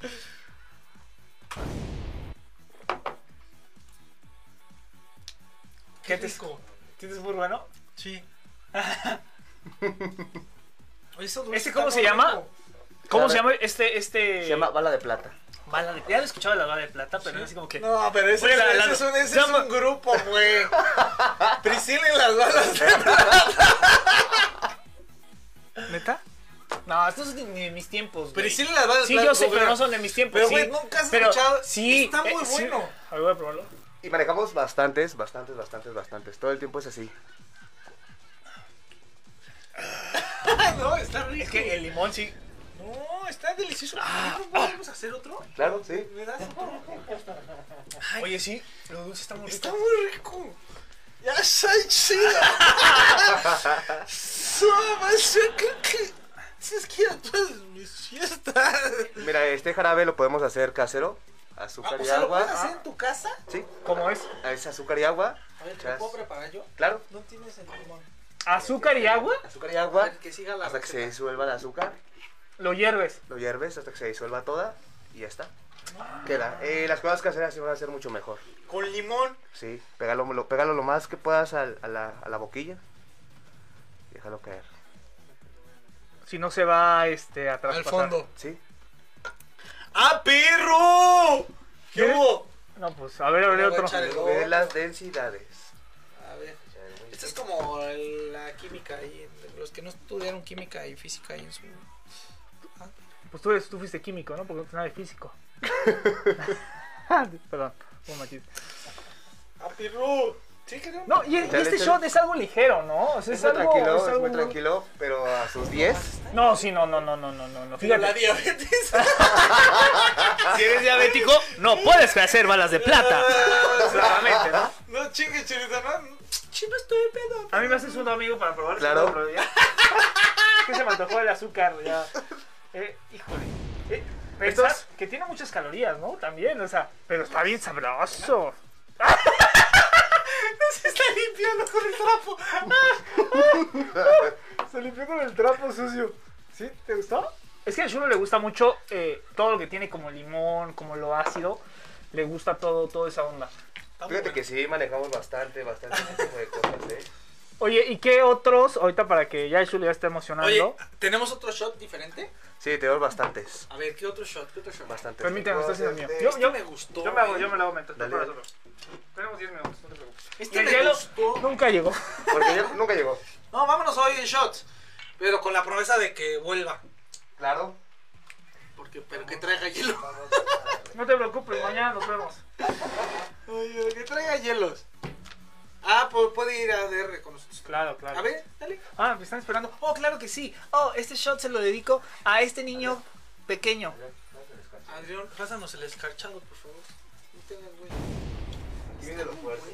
Speaker 2: Qué
Speaker 3: ¿Qué te-
Speaker 2: rico.
Speaker 3: ¿Tienes muy bueno?
Speaker 2: Sí. Eso dulce
Speaker 3: ¿Este
Speaker 2: está
Speaker 3: cómo se
Speaker 2: muy
Speaker 3: llama?
Speaker 2: rico.
Speaker 3: ¿Cómo
Speaker 9: A
Speaker 3: se
Speaker 9: ver.
Speaker 3: llama este, este?
Speaker 9: Se llama bala de plata.
Speaker 3: Bala de Plata. Ya lo he escuchado la bala de plata, pero es así como que.
Speaker 2: No, pero ese,
Speaker 3: Oye,
Speaker 2: es-
Speaker 3: la-
Speaker 2: ese
Speaker 3: la-
Speaker 2: es, un, ese
Speaker 3: se
Speaker 2: es
Speaker 3: llama-
Speaker 2: un grupo, güey. Priscila y las balas de
Speaker 3: ¿Neta? No, estos son de- ni de mis tiempos. güey.
Speaker 2: Priscila y las balas
Speaker 3: Sí,
Speaker 2: de
Speaker 3: yo sé,
Speaker 2: güey.
Speaker 3: pero no son de mis tiempos.
Speaker 2: Pero,
Speaker 3: sí.
Speaker 2: güey, nunca has
Speaker 3: Pero
Speaker 2: escuchado.
Speaker 3: Sí.
Speaker 2: Está muy
Speaker 3: eh, sí.
Speaker 2: bueno.
Speaker 3: A ver, voy a probarlo.
Speaker 9: Y manejamos bastantes, bastantes, bastantes, bastantes. Todo el tiempo es así.
Speaker 2: no, está rico.
Speaker 3: Es que el limón sí.
Speaker 2: No, está delicioso. ¿No podemos hacer otro?
Speaker 9: Claro, sí.
Speaker 2: ¿Me das otro?
Speaker 3: Oye, sí, lo dulce está muy
Speaker 2: Está
Speaker 3: rico.
Speaker 2: muy rico. Ya soy chida. Sabes, yo creo que. Si es que ya todas mis fiestas.
Speaker 9: Mira, este jarabe lo podemos hacer casero. Azúcar
Speaker 2: Ah, o
Speaker 9: y
Speaker 2: sea, ¿lo
Speaker 9: agua. Ah.
Speaker 2: puedes hacer en tu casa?
Speaker 9: Sí,
Speaker 3: ¿Cómo es?
Speaker 9: es azúcar y agua.
Speaker 2: A ver, ¿te
Speaker 9: Chas.
Speaker 2: lo puedo preparar yo?
Speaker 9: Claro.
Speaker 2: No tienes el limón.
Speaker 3: ¿Azúcar y agua?
Speaker 9: Azúcar y agua.
Speaker 2: El que siga la
Speaker 9: Hasta que se
Speaker 2: receta.
Speaker 9: disuelva el azúcar.
Speaker 3: Lo hierves.
Speaker 9: Lo hierves hasta que se disuelva toda. Y ya está. Queda. Eh, las cosas caseras sí van a ser mucho mejor.
Speaker 2: Con limón.
Speaker 9: Sí, pégalo lo, pégalo lo más que puedas al- a, la, a la boquilla. Y déjalo caer.
Speaker 3: Si no se va este, a traspasar.
Speaker 2: Al fondo.
Speaker 9: Sí.
Speaker 2: ¡Ah, perro! ¿Qué
Speaker 3: ¿Quieres?
Speaker 2: hubo?
Speaker 3: No, pues, a ver, a ver
Speaker 2: Le voy a
Speaker 3: otro.
Speaker 2: echar el-
Speaker 9: Luego ve las densidades.
Speaker 2: A ver. Esta es como el- la química ahí. Los que no estudiaron química y física ahí en su.
Speaker 3: Pues tú, eres, tú fuiste químico, ¿no? Porque no tienes nada de físico. Perdón, un machista.
Speaker 2: ¡Ah, perro! Sí, que no.
Speaker 3: No, y, y
Speaker 9: Échale,
Speaker 3: este
Speaker 9: échale.
Speaker 3: shot es algo ligero, ¿no? O sea, es,
Speaker 9: Es muy
Speaker 3: algo,
Speaker 9: tranquilo,
Speaker 3: es
Speaker 9: es
Speaker 3: algo Ah,
Speaker 9: muy tranquilo, pero a sus 10.
Speaker 3: No, sí, no, no, no, no, no, no, no.
Speaker 2: Pero La
Speaker 3: Fíjate.
Speaker 2: diabetes.
Speaker 3: Si eres diabético, no puedes hacer balas de plata. Claramente, ¿no?
Speaker 2: No chingue, chinita, no. Chino, estoy pedo.
Speaker 3: A mí me haces un amigo para probar.
Speaker 9: Claro.
Speaker 3: pero ya. Es que se me antojó el azúcar, ya. Eh, híjole. Eh, pensar
Speaker 9: Estos-
Speaker 3: que tiene muchas calorías, ¿no? También, o sea, pero está bien sabroso.
Speaker 2: Se está limpiando con el trapo.
Speaker 3: Se limpió con el trapo sucio. ¿Sí? ¿Te gustó? Es que a Shuro le gusta mucho eh, todo lo que tiene como limón, como lo ácido. Le gusta todo, toda esa onda.
Speaker 9: Fíjate que sí, manejamos bastante, bastante ese tipo de cosas, ¿eh?
Speaker 3: Oye, ¿y qué otros? Ahorita para que ya Shuro ya esté emocionando.
Speaker 2: Oye, ¿tenemos otro shot diferente?
Speaker 9: Sí, tenemos bastantes.
Speaker 2: A ver, ¿qué otro shot? ¿Qué otro shot?
Speaker 9: Bastantes.
Speaker 3: Permítame, está haciendo el mío.
Speaker 9: Este-
Speaker 3: Yo, yo,
Speaker 2: me gustó.
Speaker 3: yo me eh. hago,
Speaker 2: güey.
Speaker 3: yo me lo hago mientras tú
Speaker 9: Dale,
Speaker 3: para
Speaker 9: dale.
Speaker 3: nosotros. Tenemos 10 minutos, no te preocupes.
Speaker 2: Este
Speaker 3: Y el
Speaker 2: me
Speaker 3: hielo
Speaker 2: gustó.
Speaker 3: nunca llegó.
Speaker 9: Porque yo nunca llegó.
Speaker 2: No, vámonos hoy en shots. Pero con la promesa de que vuelva.
Speaker 9: Claro.
Speaker 2: Porque, pero que traiga hielo.
Speaker 3: No te preocupes, mañana nos vemos.
Speaker 2: Ay, ay, que traiga hielos. Ah, pues puede ir a DR con nosotros.
Speaker 3: Claro, claro.
Speaker 2: A ver, dale.
Speaker 3: Ah, me están esperando. Oh, claro que sí. Oh, este shot se lo dedico a este niño pequeño.
Speaker 2: Adrián, pásanos el escarchado, por favor. No tengas güey.
Speaker 9: Viene lo fuerte.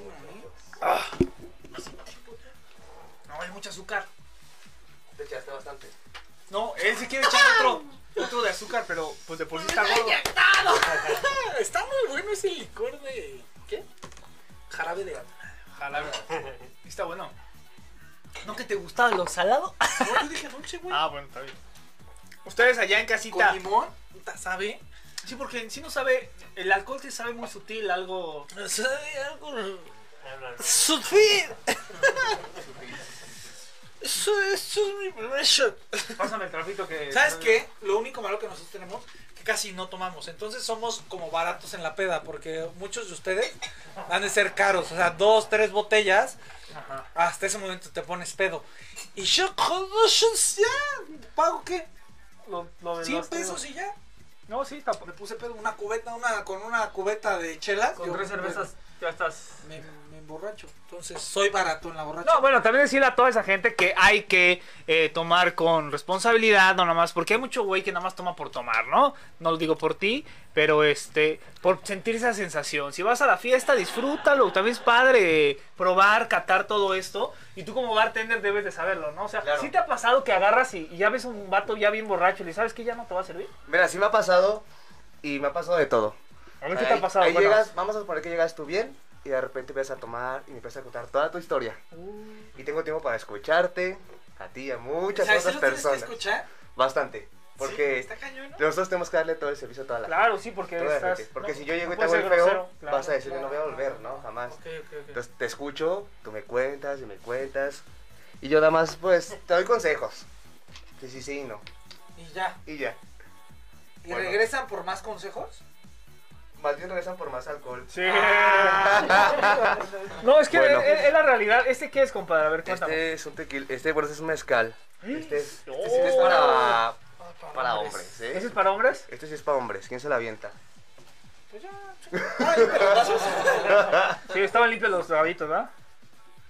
Speaker 3: No, hay mucho azúcar.
Speaker 9: Te echaste bastante.
Speaker 3: No, él sí quiere echar otro, otro de azúcar, pero pues de por sí está gordo.
Speaker 2: Ah, Está muy bueno ese licor de. ¿Qué? Jarabe de gata.
Speaker 3: Jalabe. Está bueno. ¿No que te gustaba lo salado?
Speaker 2: No, yo dije dulce, güey.
Speaker 3: Ah, bueno, está bien. Ustedes allá en
Speaker 2: Con
Speaker 3: casita.
Speaker 2: limón. puta, ¿Sabe?
Speaker 3: Sí, porque en sí no sabe. El alcohol te sabe muy sutil, algo.
Speaker 2: ¿Sabe Pues, algo? ¡Sufir! Eso, eso es mi primer shot.
Speaker 3: Pásame el trapito que.
Speaker 2: ¿Sabes qué? Lo único malo que nosotros tenemos que casi no tomamos. Entonces somos como baratos en la peda, porque muchos de ustedes han de ser caros. O sea, dos, tres botellas,
Speaker 3: Ajá.
Speaker 2: hasta ese momento te pones pedo. Y yo con dos shots ya, ¿pago qué?
Speaker 3: Lo, lo de
Speaker 2: 100
Speaker 3: Pues los-
Speaker 2: pesos y ya.
Speaker 3: No, sí, está.
Speaker 2: Me puse pedo una cubeta, una, con una cubeta de chelas.
Speaker 3: Con
Speaker 2: Yo-
Speaker 3: tres cervezas. ya estás.
Speaker 2: Me, me emborracho. Entonces, soy barato en la borracha.
Speaker 3: No, bueno, también decirle a toda esa gente que hay que eh, tomar con responsabilidad, no nada más, porque hay mucho güey que nada más toma por tomar, ¿no? No lo digo por ti, pero este, por sentir esa sensación. Si vas a la fiesta, disfrútalo, también es padre eh, probar, catar todo esto, y tú como bartender debes de saberlo, ¿no? O sea,
Speaker 9: Claro.
Speaker 3: si te ha pasado que agarras y, y ya ves un vato ya bien borracho y le dices, sabes que ya no te va a servir.
Speaker 9: Mira, sí me ha pasado y me ha pasado de todo.
Speaker 3: A mí sí te ha
Speaker 9: Ahí-
Speaker 3: pasado.
Speaker 9: ahí
Speaker 3: bueno,
Speaker 9: llegas, vamos a suponer que llegas tú bien y de repente empiezas a tomar y me empiezas a contar toda tu historia.
Speaker 2: Uh.
Speaker 9: Y tengo tiempo para escucharte, a ti y a muchas
Speaker 2: ¿Sabes si
Speaker 9: otras
Speaker 2: lo tienes que
Speaker 9: personas.
Speaker 2: escuchar?
Speaker 9: Bastante.
Speaker 2: Sí,
Speaker 9: Porque
Speaker 2: está cañón, ¿no?
Speaker 9: nosotros tenemos que darle todo el servicio a toda la
Speaker 3: Claro, sí, porque
Speaker 9: toda la
Speaker 3: estás-
Speaker 9: gente. Porque
Speaker 3: no,
Speaker 9: si yo llego
Speaker 3: no
Speaker 9: y te hago
Speaker 3: puedes
Speaker 9: el
Speaker 3: ser
Speaker 9: feo,
Speaker 3: grosero, claro.
Speaker 9: vas a decir que no voy a volver, ¿no? Jamás.
Speaker 2: Ok, ok, ok.
Speaker 9: Entonces te escucho, tú me cuentas y me cuentas. Y yo nada más, pues, te doy consejos. Sí, sí, sí, no.
Speaker 2: Y ya.
Speaker 9: Y ya.
Speaker 2: ¿Y
Speaker 9: Bueno.
Speaker 2: regresan por más consejos?
Speaker 9: Más bien regresan por más alcohol.
Speaker 3: Sí. No, es que
Speaker 9: Bueno.
Speaker 3: es, es la realidad. ¿Este qué es, compadre? A ver, cuéntame.
Speaker 9: Este es un tequila, este bueno, este es un mezcal. Este, es,
Speaker 3: ¡Oh!
Speaker 9: este sí es para,
Speaker 2: Ah,
Speaker 9: para hombres, ¿eh?
Speaker 3: ¿Ese es para hombres?
Speaker 9: Este sí es para hombres, ¿quién se la avienta?
Speaker 2: Pues ya. Ay, pero vasos.
Speaker 3: Sí, estaban limpios los trabitos, ¿verdad?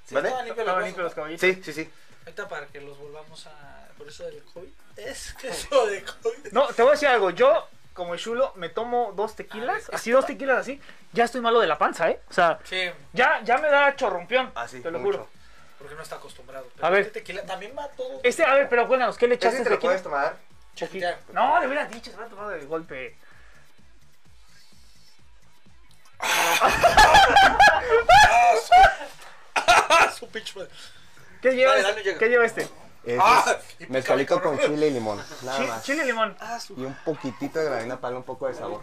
Speaker 2: Sí,
Speaker 9: ¿Vale?
Speaker 2: estaban limpios los
Speaker 3: Estaban
Speaker 2: vasos.
Speaker 3: limpios los caballitos.
Speaker 9: Sí, sí, sí.
Speaker 2: Ahorita para que los volvamos a. Por eso del COVID. Es que eso de COVID.
Speaker 3: No, te voy a decir algo. Yo, como el chulo, me tomo dos tequilas, así dos tequilas así, ya estoy malo de la panza, ¿eh? O sea,
Speaker 2: Sí,
Speaker 3: ya, ya me da chorrumpión.
Speaker 9: Así,
Speaker 3: te lo
Speaker 9: Ah, mucho.
Speaker 3: juro.
Speaker 2: porque no está acostumbrado.
Speaker 3: A ver.
Speaker 2: este tequila también va todo.
Speaker 3: Este, a ver, pero cuéntanos, ¿qué le
Speaker 9: Ese
Speaker 3: echaste
Speaker 9: Este te
Speaker 3: de
Speaker 9: lo
Speaker 3: tequila?
Speaker 9: puedes tomar.
Speaker 3: Poquito.
Speaker 2: chiquitar.
Speaker 3: No, le hubieras dicho, se va a tomar de golpe.
Speaker 2: ¡Ah, su pinche madre!
Speaker 3: ¿Qué lleva,
Speaker 2: Dale, dale, llega.
Speaker 3: ¿qué lleva este?
Speaker 2: ¡Ah! Y pica,
Speaker 9: Mezcalito
Speaker 2: cabrón.
Speaker 9: con chile y limón, nada
Speaker 3: Chi-
Speaker 9: más.
Speaker 3: Chile y limón.
Speaker 9: Y un poquitito de granina para un poco de sabor.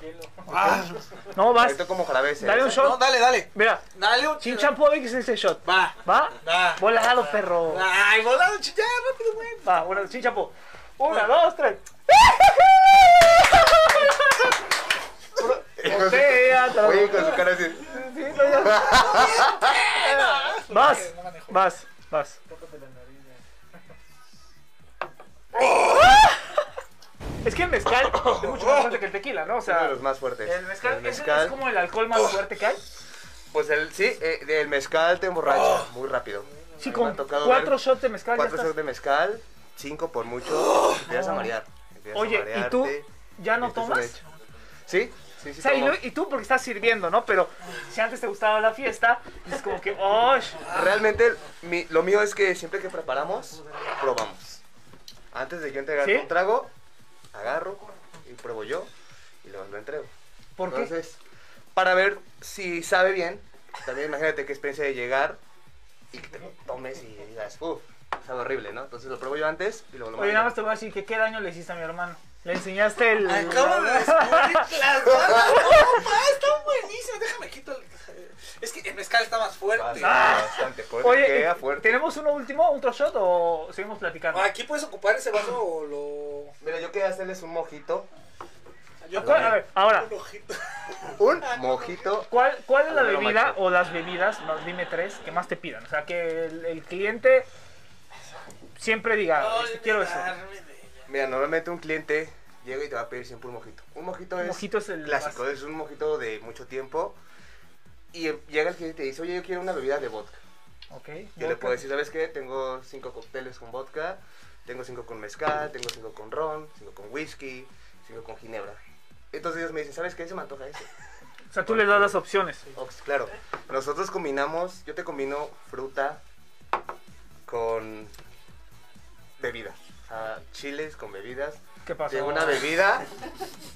Speaker 3: No, vas.
Speaker 9: Esto como jarabe ese.
Speaker 3: Dale un
Speaker 2: No,
Speaker 3: shot.
Speaker 2: dale, dale.
Speaker 3: Mira,
Speaker 2: Dale un
Speaker 3: sin champú, ¿qué es este shot?
Speaker 2: Va.
Speaker 3: ¿Va?
Speaker 2: Va.
Speaker 3: Volado, perro.
Speaker 2: Ay, volado, chin- ya, rápido, güey.
Speaker 3: Va, bueno, sin champú. Una, dos, tres. Botella, tra-
Speaker 9: Oye, con su cara así.
Speaker 3: Sí, no, ya. Vas, vas, vas. Es que el mezcal es mucho más fuerte que el tequila, ¿no? O
Speaker 9: Uno de
Speaker 3: sea,
Speaker 9: los más fuertes.
Speaker 3: el mezcal, ese
Speaker 9: mezcal,
Speaker 3: es como el alcohol más fuerte que hay.
Speaker 9: Pues el, sí, eh, el mezcal te emborracha muy rápido.
Speaker 3: Oh. Sí,
Speaker 9: Me
Speaker 3: con
Speaker 9: ha tocado
Speaker 3: cuatro
Speaker 9: ver
Speaker 3: shots de mezcal ya
Speaker 9: cuatro
Speaker 3: estás.
Speaker 9: shots de mezcal, cinco por mucho, empiezas a marear. empiezas a
Speaker 3: Oye, ¿y
Speaker 9: marearte, Este
Speaker 3: tú ya
Speaker 9: y
Speaker 3: no
Speaker 9: estás
Speaker 3: tomas?
Speaker 9: derecho. Sí, sí, sí.
Speaker 3: O sea, y,
Speaker 9: tomo.
Speaker 3: lo- y tú porque estás sirviendo, ¿no? Pero si antes te gustaba la fiesta, es como que, ¡oh!
Speaker 9: Realmente mi- lo mío es que siempre que preparamos, probamos. Antes de yo entregarte
Speaker 3: ¿Sí?
Speaker 9: un trago, agarro y pruebo yo y luego lo entrego.
Speaker 3: ¿Por qué?
Speaker 9: Entonces, para ver si sabe bien, también imagínate qué experiencia de llegar y que te lo tomes y digas, uff, sabe horrible, ¿no? Entonces lo pruebo yo antes y luego lo
Speaker 3: Oye,
Speaker 9: mando.
Speaker 3: nada más te voy a decir que qué daño le hiciste a mi hermano. Le enseñaste el...
Speaker 2: Acabo de descubrir las bandas. No, pa, están buenísimas. Déjame quito el. Es que el mezcal está más fuerte.
Speaker 9: Bastante, bastante fuerte,
Speaker 3: Ah. Oye,
Speaker 9: queda
Speaker 3: ¿y
Speaker 9: fuerte.
Speaker 3: ¿tenemos uno último, otro shot o seguimos platicando?
Speaker 2: Aquí puedes ocupar ese vaso o lo.
Speaker 9: Mira, yo quería hacerles un mojito.
Speaker 2: Yo
Speaker 3: ¿Cuál- a ver, ahora,
Speaker 2: un ojito.
Speaker 9: Un mojito.
Speaker 3: ¿cuál, cuál es la
Speaker 9: Alfredo
Speaker 3: bebida
Speaker 9: Macho.
Speaker 3: o las bebidas, no, dime tres, que más te pidan? O sea, que el, el cliente siempre diga, este, quiero eso.
Speaker 2: Olvidarme de ella.
Speaker 9: Mira, normalmente un cliente llega y te va a pedir siempre un mojito. Un mojito
Speaker 3: El
Speaker 9: es
Speaker 3: mojito es el...
Speaker 9: clásico, es un mojito de mucho tiempo. Y em, llega el cliente y te dice, oye, yo quiero una bebida de vodka.
Speaker 3: Ok.
Speaker 9: Yo le puedo decir, ¿sabes qué? Tengo cinco cócteles con vodka, tengo cinco con mezcal, tengo cinco con ron, cinco con whisky, cinco con ginebra. Entonces ellos me dicen, ¿sabes qué? Se me antoja ese.
Speaker 3: O sea, tú le das las opciones.
Speaker 9: Ox, claro. Nosotros combinamos, yo te combino fruta con bebidas. O sea, chiles con bebidas.
Speaker 3: ¿Qué pasa?
Speaker 9: Tengo una bebida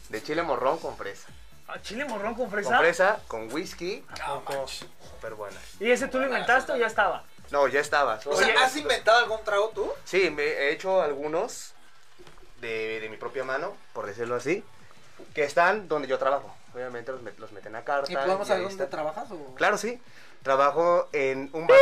Speaker 9: de chile morrón con fresa.
Speaker 3: Ah, ¿Chile morrón con fresa?
Speaker 9: Con fresa, con whisky,
Speaker 2: Ah, No, manches.
Speaker 9: súper buena.
Speaker 3: ¿Y ese tú lo inventaste o ya estaba?
Speaker 9: No, ya estaba.
Speaker 2: O
Speaker 9: Oye,
Speaker 2: sea, ¿has inventado algún trago tú?
Speaker 9: Sí, me he hecho algunos de, de mi propia mano, por decirlo así, que están donde yo trabajo. Obviamente los, met- los meten a carta.
Speaker 2: ¿Y podemos
Speaker 9: y ahí
Speaker 2: saber dónde
Speaker 9: está.
Speaker 2: trabajas? O...
Speaker 9: Claro, sí. Trabajo en un bar,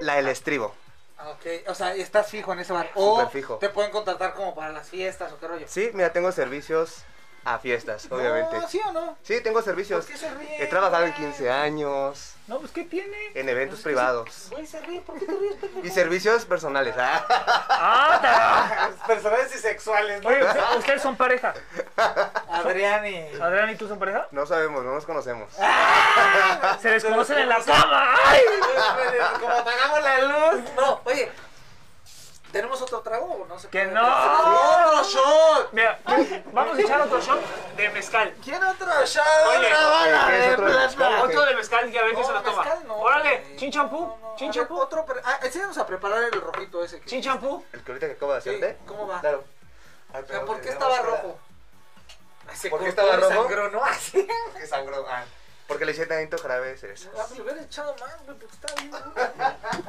Speaker 9: La El Estribo.
Speaker 2: Ah, ok. O sea, estás fijo en ese bar. O
Speaker 9: Súper fijo.
Speaker 2: te pueden contratar como para las fiestas o qué rollo.
Speaker 9: Sí, mira, tengo servicios a fiestas, obviamente.
Speaker 2: No, Ah, ¿Sí o no?
Speaker 9: Sí, tengo servicios.
Speaker 2: ¿Por qué se ríen?
Speaker 9: He trabajado en 15 años,
Speaker 3: No, pues ¿qué tiene?
Speaker 9: en eventos privados.
Speaker 2: Güey, se ríe. ¿Por qué te ríes?
Speaker 9: Y servicios personales. Ah,
Speaker 3: ¡Ah! ta-
Speaker 2: Personales y sexuales,
Speaker 3: Oye, ¿usted- ustedes son pareja.
Speaker 2: Adrián y.
Speaker 3: Adrián y tú son pareja.
Speaker 9: No sabemos, no nos conocemos.
Speaker 2: Ah.
Speaker 3: Se desconocen en la cama. ¡Ay!
Speaker 2: Como apagamos la luz. No, oye. ¿Tenemos otro trago o no sé
Speaker 3: Que
Speaker 2: puede?
Speaker 3: no.
Speaker 2: ¡Otro shot!
Speaker 3: Mira, vamos a echar otro shot de mezcal.
Speaker 2: ¿Quién otro shot?
Speaker 3: Oye,
Speaker 2: Otra bala
Speaker 9: ¿quieres
Speaker 2: de
Speaker 9: otro de
Speaker 2: plasma.
Speaker 9: mezcal?
Speaker 3: Otro de mezcal y a ver qué
Speaker 2: No,
Speaker 3: se la toma.
Speaker 2: mezcal no,
Speaker 3: Órale,
Speaker 2: güey.
Speaker 3: chin champú,
Speaker 2: No, no,
Speaker 3: chin
Speaker 2: a ver,
Speaker 3: champú,
Speaker 2: Otro, pero- ah, enséñanos a preparar el rojito ese. Que...
Speaker 3: chin champú.
Speaker 9: El que ahorita que acabo de
Speaker 2: Sí,
Speaker 9: hacerte.
Speaker 2: ¿cómo va?
Speaker 9: Claro. eh, Ay,
Speaker 2: O sea,
Speaker 9: pero
Speaker 2: ¿por qué
Speaker 9: le
Speaker 2: estaba
Speaker 9: damos
Speaker 2: rojo? Se
Speaker 9: ¿Por qué
Speaker 2: cortó
Speaker 9: estaba
Speaker 2: y
Speaker 9: rojo?
Speaker 2: sangró, ¿no? Así.
Speaker 9: la- Que sangró. Ah, porque le hice tanto jarabe de cereza.
Speaker 2: Ah, pues le hubiera echado más, güey, porque estaba bien duro.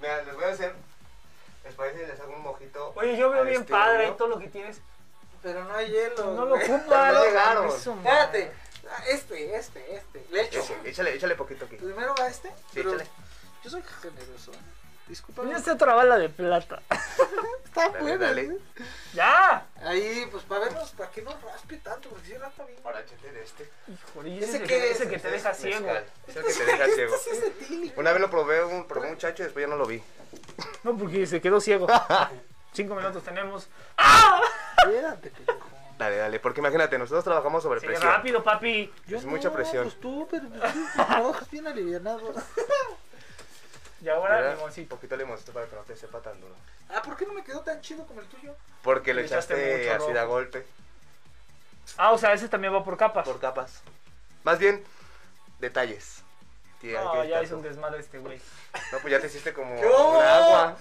Speaker 9: Mira, les voy a hacer. ¿Les parece si les hago un mojito?
Speaker 3: Oye, yo veo
Speaker 9: al
Speaker 3: bien
Speaker 9: estilo
Speaker 3: padre
Speaker 9: mío?
Speaker 3: todo lo que tienes.
Speaker 2: Pero no hay hielo.
Speaker 3: No lo
Speaker 2: güey.
Speaker 3: ocupas.
Speaker 9: No llegaron.
Speaker 3: Eso, madre.
Speaker 2: Espérate. Ah, Este, este, este. Le echo.
Speaker 9: Ese, échale, échale poquito aquí.
Speaker 2: Primero va este. pero
Speaker 9: échale.
Speaker 2: Yo soy generoso. ¿eh? Disculpa.
Speaker 3: Mira esta otra bala de plata.
Speaker 2: Está
Speaker 9: Dale,
Speaker 2: buena,
Speaker 9: dale.
Speaker 2: ¿eh?
Speaker 3: ¡Ya!
Speaker 2: Ahí, pues para vernos, para que no raspe tanto, porque si raspa bien.
Speaker 9: Ahora échate de este.
Speaker 3: Joder,
Speaker 2: ¿Ese
Speaker 3: ese,
Speaker 2: qué
Speaker 3: que,
Speaker 2: es?
Speaker 3: ese que te
Speaker 9: Este
Speaker 3: deja
Speaker 9: es
Speaker 3: ciego.
Speaker 9: mezcal. Es el que te deja ciego.
Speaker 2: Este sí es etílico.
Speaker 9: Una vez lo probé un, probé un chacho y después ya no lo vi.
Speaker 3: No, porque se quedó ciego. Cinco minutos tenemos.
Speaker 2: Espérate, pendejo.
Speaker 9: Dale, dale, porque imagínate, nosotros trabajamos sobre
Speaker 3: Sí,
Speaker 9: presión.
Speaker 3: rápido, papi.
Speaker 2: Yo
Speaker 9: Es mucha presión.
Speaker 2: Pues tú, pero pues, tú trabajas bien alivianado.
Speaker 3: Y ahora,
Speaker 9: ¿Verdad? Un
Speaker 3: limoncito.
Speaker 9: poquito de limoncito para que no te sepa tan duro.
Speaker 2: Ah, ¿por qué no me quedó tan chido como el tuyo?
Speaker 9: Porque lo
Speaker 3: Le echaste
Speaker 9: echaste
Speaker 3: mucho
Speaker 9: así de a
Speaker 3: rojo.
Speaker 9: golpe,
Speaker 3: Ah, o sea, ese también va por capas.
Speaker 9: por capas. Más bien, detalles. Tía, hay
Speaker 3: No,
Speaker 9: que
Speaker 3: ya
Speaker 9: estar
Speaker 3: hizo un
Speaker 9: tú.
Speaker 3: desmadre este güey.
Speaker 9: No, pues ya te hiciste como
Speaker 2: ¿Qué hubo?
Speaker 9: un agua.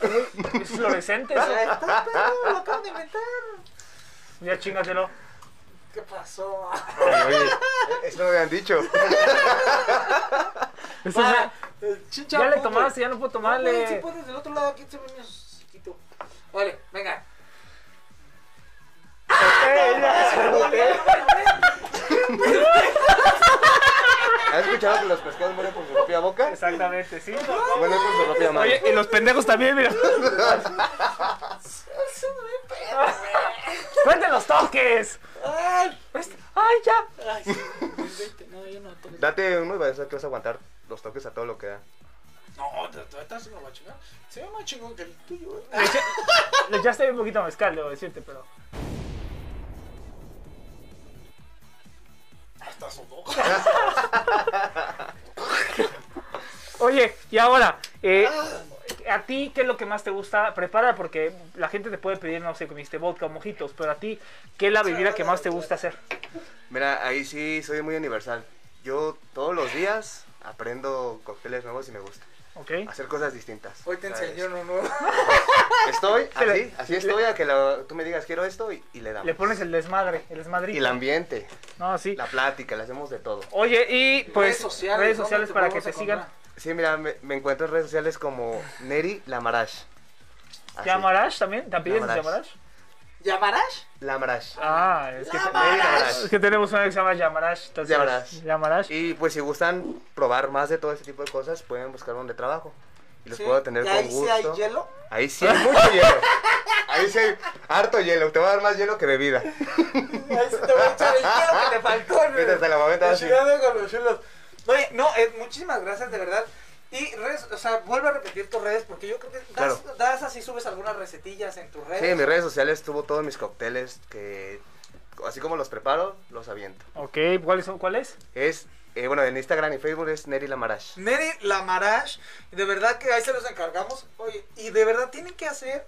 Speaker 3: Es fluorescente eso.
Speaker 2: Ah, Está pedo, lo acaban de inventar.
Speaker 3: Ya chingatelo.
Speaker 2: ¿Qué pasó?
Speaker 9: Oye, oye, eh, eso no me habían dicho.
Speaker 2: Va, eh, chicha,
Speaker 3: Ya le
Speaker 2: puto.
Speaker 3: tomaste, ya no puedo
Speaker 2: No, güey, si
Speaker 3: tomarle.
Speaker 2: pones del otro lado, aquí se ve mi chiquito. Vale, venga.
Speaker 9: ¿Has escuchado que los pescados mueren por su propia boca?
Speaker 3: Exactamente, sí.
Speaker 9: Mueren por su propia mano.
Speaker 3: y los pendejos también, mira.
Speaker 2: Eso no me pega,
Speaker 3: ¡Cuenten los toques! Este,
Speaker 2: Ay,
Speaker 3: ¡Ay, ya!
Speaker 2: ay, sí, vente, no, yo no tomo.
Speaker 9: Date uno y vas a ver que vas a aguantar los toques a todo lo que da.
Speaker 2: No, te- te- ahorita sí me voy a chingar. Se ve más chingón que el tuyo, eh.
Speaker 3: Le echaste un poquito de mezcal, debo decirte, pero.
Speaker 2: Hasta sudó.
Speaker 3: Oye, y ahora, eh,
Speaker 2: Ah.
Speaker 3: ¿a ti qué es lo que más te gusta? Prepara, porque la gente te puede pedir, no sé, comiste vodka o mojitos, pero a ti, ¿qué es la bebida que más te gusta hacer?
Speaker 9: Mira, ahí sí soy muy universal. Yo todos los días aprendo cócteles nuevos y me gusta.
Speaker 3: ¿Ok?
Speaker 9: Hacer cosas distintas.
Speaker 2: Hoy te
Speaker 9: ¿sabes?
Speaker 2: enseñó uno nuevo.
Speaker 9: Estoy
Speaker 3: Se le-
Speaker 9: así, así estoy a que lo- tú me digas quiero esto y, y le damos.
Speaker 3: Le pones el desmadre, el
Speaker 9: y
Speaker 3: desmadrito.
Speaker 9: el ambiente,
Speaker 3: No, sí.
Speaker 9: la plática, le hacemos de todo.
Speaker 3: Oye, y pues.
Speaker 2: redes sociales,
Speaker 3: redes
Speaker 2: ¿dónde
Speaker 3: sociales
Speaker 2: te
Speaker 3: para que
Speaker 2: podemos
Speaker 3: te sigan.
Speaker 2: encontrar?
Speaker 9: Sí, mira, me, me encuentro en redes sociales como Neri Lamarash. Así.
Speaker 3: ¿Yamarash también? ¿También es
Speaker 9: Yamarash.
Speaker 3: Yamarash?
Speaker 2: ¿Llamarash?
Speaker 9: Lamarash.
Speaker 3: Ah, es que,
Speaker 9: Neri Lamarash.
Speaker 3: es que tenemos una que se llama Yamarash. Entonces,
Speaker 9: Yamarash.
Speaker 3: Yamarash.
Speaker 9: Y pues si gustan probar más de todo este tipo de cosas, pueden buscar donde trabajo. Y los puedo atender
Speaker 2: ¿Y
Speaker 9: con
Speaker 2: ahí sí
Speaker 9: gusto.
Speaker 2: hay hielo?
Speaker 9: Ahí sí hay mucho hielo. Ahí sí hay harto hielo. Te va a dar más hielo que bebida.
Speaker 2: Ahí sí te voy a echar el hielo que te faltó. güey.
Speaker 9: Vete hasta la mameta
Speaker 2: La
Speaker 9: así.
Speaker 2: chingada con los chulos. Oye, no, eh, muchísimas gracias, de verdad. Y redes, o sea, vuelve a repetir tus redes porque yo creo que das,
Speaker 9: Claro.
Speaker 2: das así, subes algunas recetillas en tus redes.
Speaker 9: Sí, en mis redes sociales tuvo todos mis cócteles que, así como los preparo, los aviento.
Speaker 3: Ok, ¿cuál es? ¿Cuál es?
Speaker 9: Es, eh, bueno, en Instagram y Facebook es Neri Lamarash.
Speaker 2: Neri Lamarash, de verdad que ahí se los encargamos. Oye, y de verdad tienen que hacer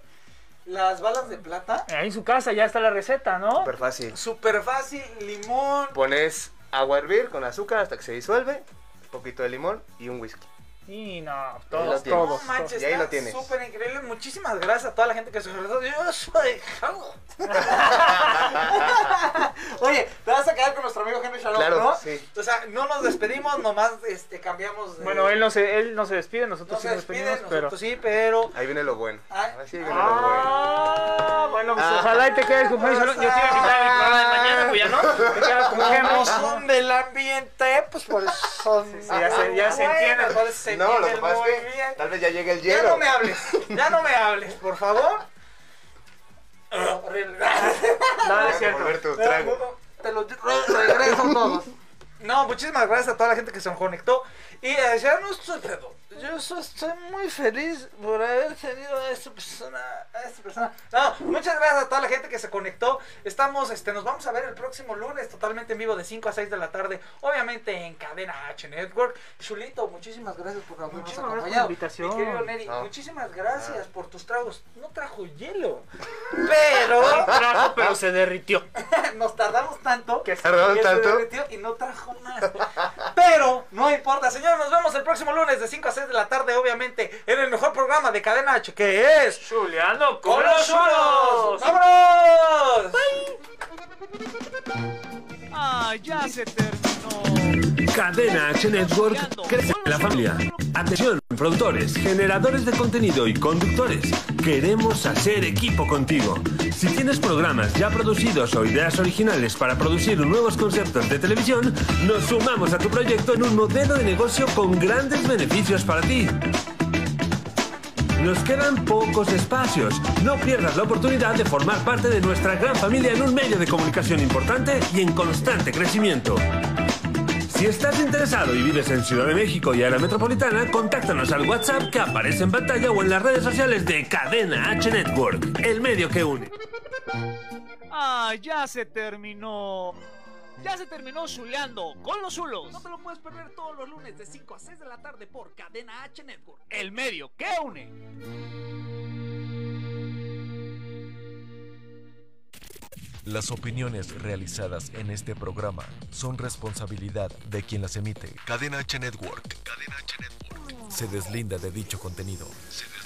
Speaker 2: las balas de plata.
Speaker 3: Ahí en su casa ya está la receta, ¿no?
Speaker 9: Súper fácil.
Speaker 2: Súper fácil, limón.
Speaker 9: Pones agua a hervir con azúcar hasta que se disuelve, un poquito de limón y un whisky.
Speaker 3: Y no,
Speaker 9: Ahí lo
Speaker 3: todos,
Speaker 9: tienes.
Speaker 2: No
Speaker 3: todos.
Speaker 2: manches,
Speaker 9: Y ahí
Speaker 2: está
Speaker 9: lo tienes.
Speaker 2: Súper increíble. Muchísimas gracias a toda la gente que se regresó. Yo soy Harold. Oye, te vas a quedar con nuestro amigo Henry Shalom,
Speaker 9: Claro,
Speaker 2: ¿no?
Speaker 9: sí.
Speaker 2: O sea, no nos despedimos, nomás este, cambiamos. de-
Speaker 3: Bueno, él no se, él no se despide,
Speaker 2: no
Speaker 3: nosotros sí
Speaker 2: se
Speaker 3: nos
Speaker 2: despide,
Speaker 3: despedimos, pero.
Speaker 2: nosotros sí, pero.
Speaker 9: Ahí viene lo bueno.
Speaker 2: Ay.
Speaker 9: Ahora sí viene lo bueno.
Speaker 3: Ah, bueno, pues
Speaker 9: Ah.
Speaker 3: ojalá y te quedes con Henry Salón. Yo te iba a invitar a mi programa de mañana, pues ya no. Te quedas con
Speaker 2: Como
Speaker 3: Henry.
Speaker 2: son del ambiente, pues por eso.
Speaker 3: ya se- ya se entiende.
Speaker 2: por eso se
Speaker 9: No, lo
Speaker 2: entiende
Speaker 9: que pasa
Speaker 2: muy
Speaker 9: es que
Speaker 2: bien.
Speaker 9: tal vez ya llegue el
Speaker 2: Ya
Speaker 9: hielo.
Speaker 2: no me hables, ya no me hables, por favor.
Speaker 3: No, no
Speaker 9: Voy
Speaker 3: es
Speaker 9: a
Speaker 3: cierto.
Speaker 9: devolver tu trago.
Speaker 2: Te lo regreso todos. No, muchísimas gracias a toda la gente que se conectó. Y eh, ya no es pedo. Yo so- estoy muy feliz por haber tenido a esta persona, a esta persona. No, muchas gracias a toda la gente que se conectó. Estamos, este, nos vamos a ver el próximo lunes totalmente en vivo de 5 a 6 de la tarde, obviamente en Cadena H Network. Chulito, muchísimas gracias por habernos
Speaker 3: Muchísimas gracias por la
Speaker 2: acompañado.
Speaker 3: invitación.
Speaker 2: Mi querido Neri,
Speaker 9: No.
Speaker 2: muchísimas gracias por tus tragos. No trajo hielo, pero
Speaker 3: Trajo, pero se derritió.
Speaker 2: nos tardamos tanto que
Speaker 9: Perdón
Speaker 2: y él se
Speaker 9: tanto.
Speaker 2: derritió y no trajo más. Pero no importa, señores, nos vemos el próximo lunes de 5 a 6 de la tarde, obviamente, en el mejor programa de Cadena H, que es...
Speaker 3: Juliano
Speaker 2: ¡Con los Choros! ¡Vámonos!
Speaker 8: Ah, ya se terminó.
Speaker 4: Cadena H Network crece en la familia. Atención, productores, generadores de contenido y conductores. Queremos hacer equipo contigo. Si tienes programas ya producidos o ideas originales para producir nuevos conceptos de televisión, nos sumamos a tu proyecto en un modelo de negocio con grandes beneficios para ti. Nos quedan pocos espacios. No pierdas la oportunidad de formar parte de nuestra gran familia en un medio de comunicación importante y en constante crecimiento. Si estás interesado y vives en Ciudad de México y área metropolitana, contáctanos al WhatsApp que aparece en pantalla o en las redes sociales de Cadena H Network, el medio que une.
Speaker 8: Ah, ya se terminó. Ya se terminó zuleando con los zulos.
Speaker 5: No te lo puedes perder todos los lunes de 5 a 6 de la tarde por Cadena H Network.
Speaker 8: El medio que une.
Speaker 1: Las opiniones realizadas en este programa son responsabilidad de quien las emite. Cadena H Network. Cadena H Network. Se deslinda de dicho contenido. Se deslinda.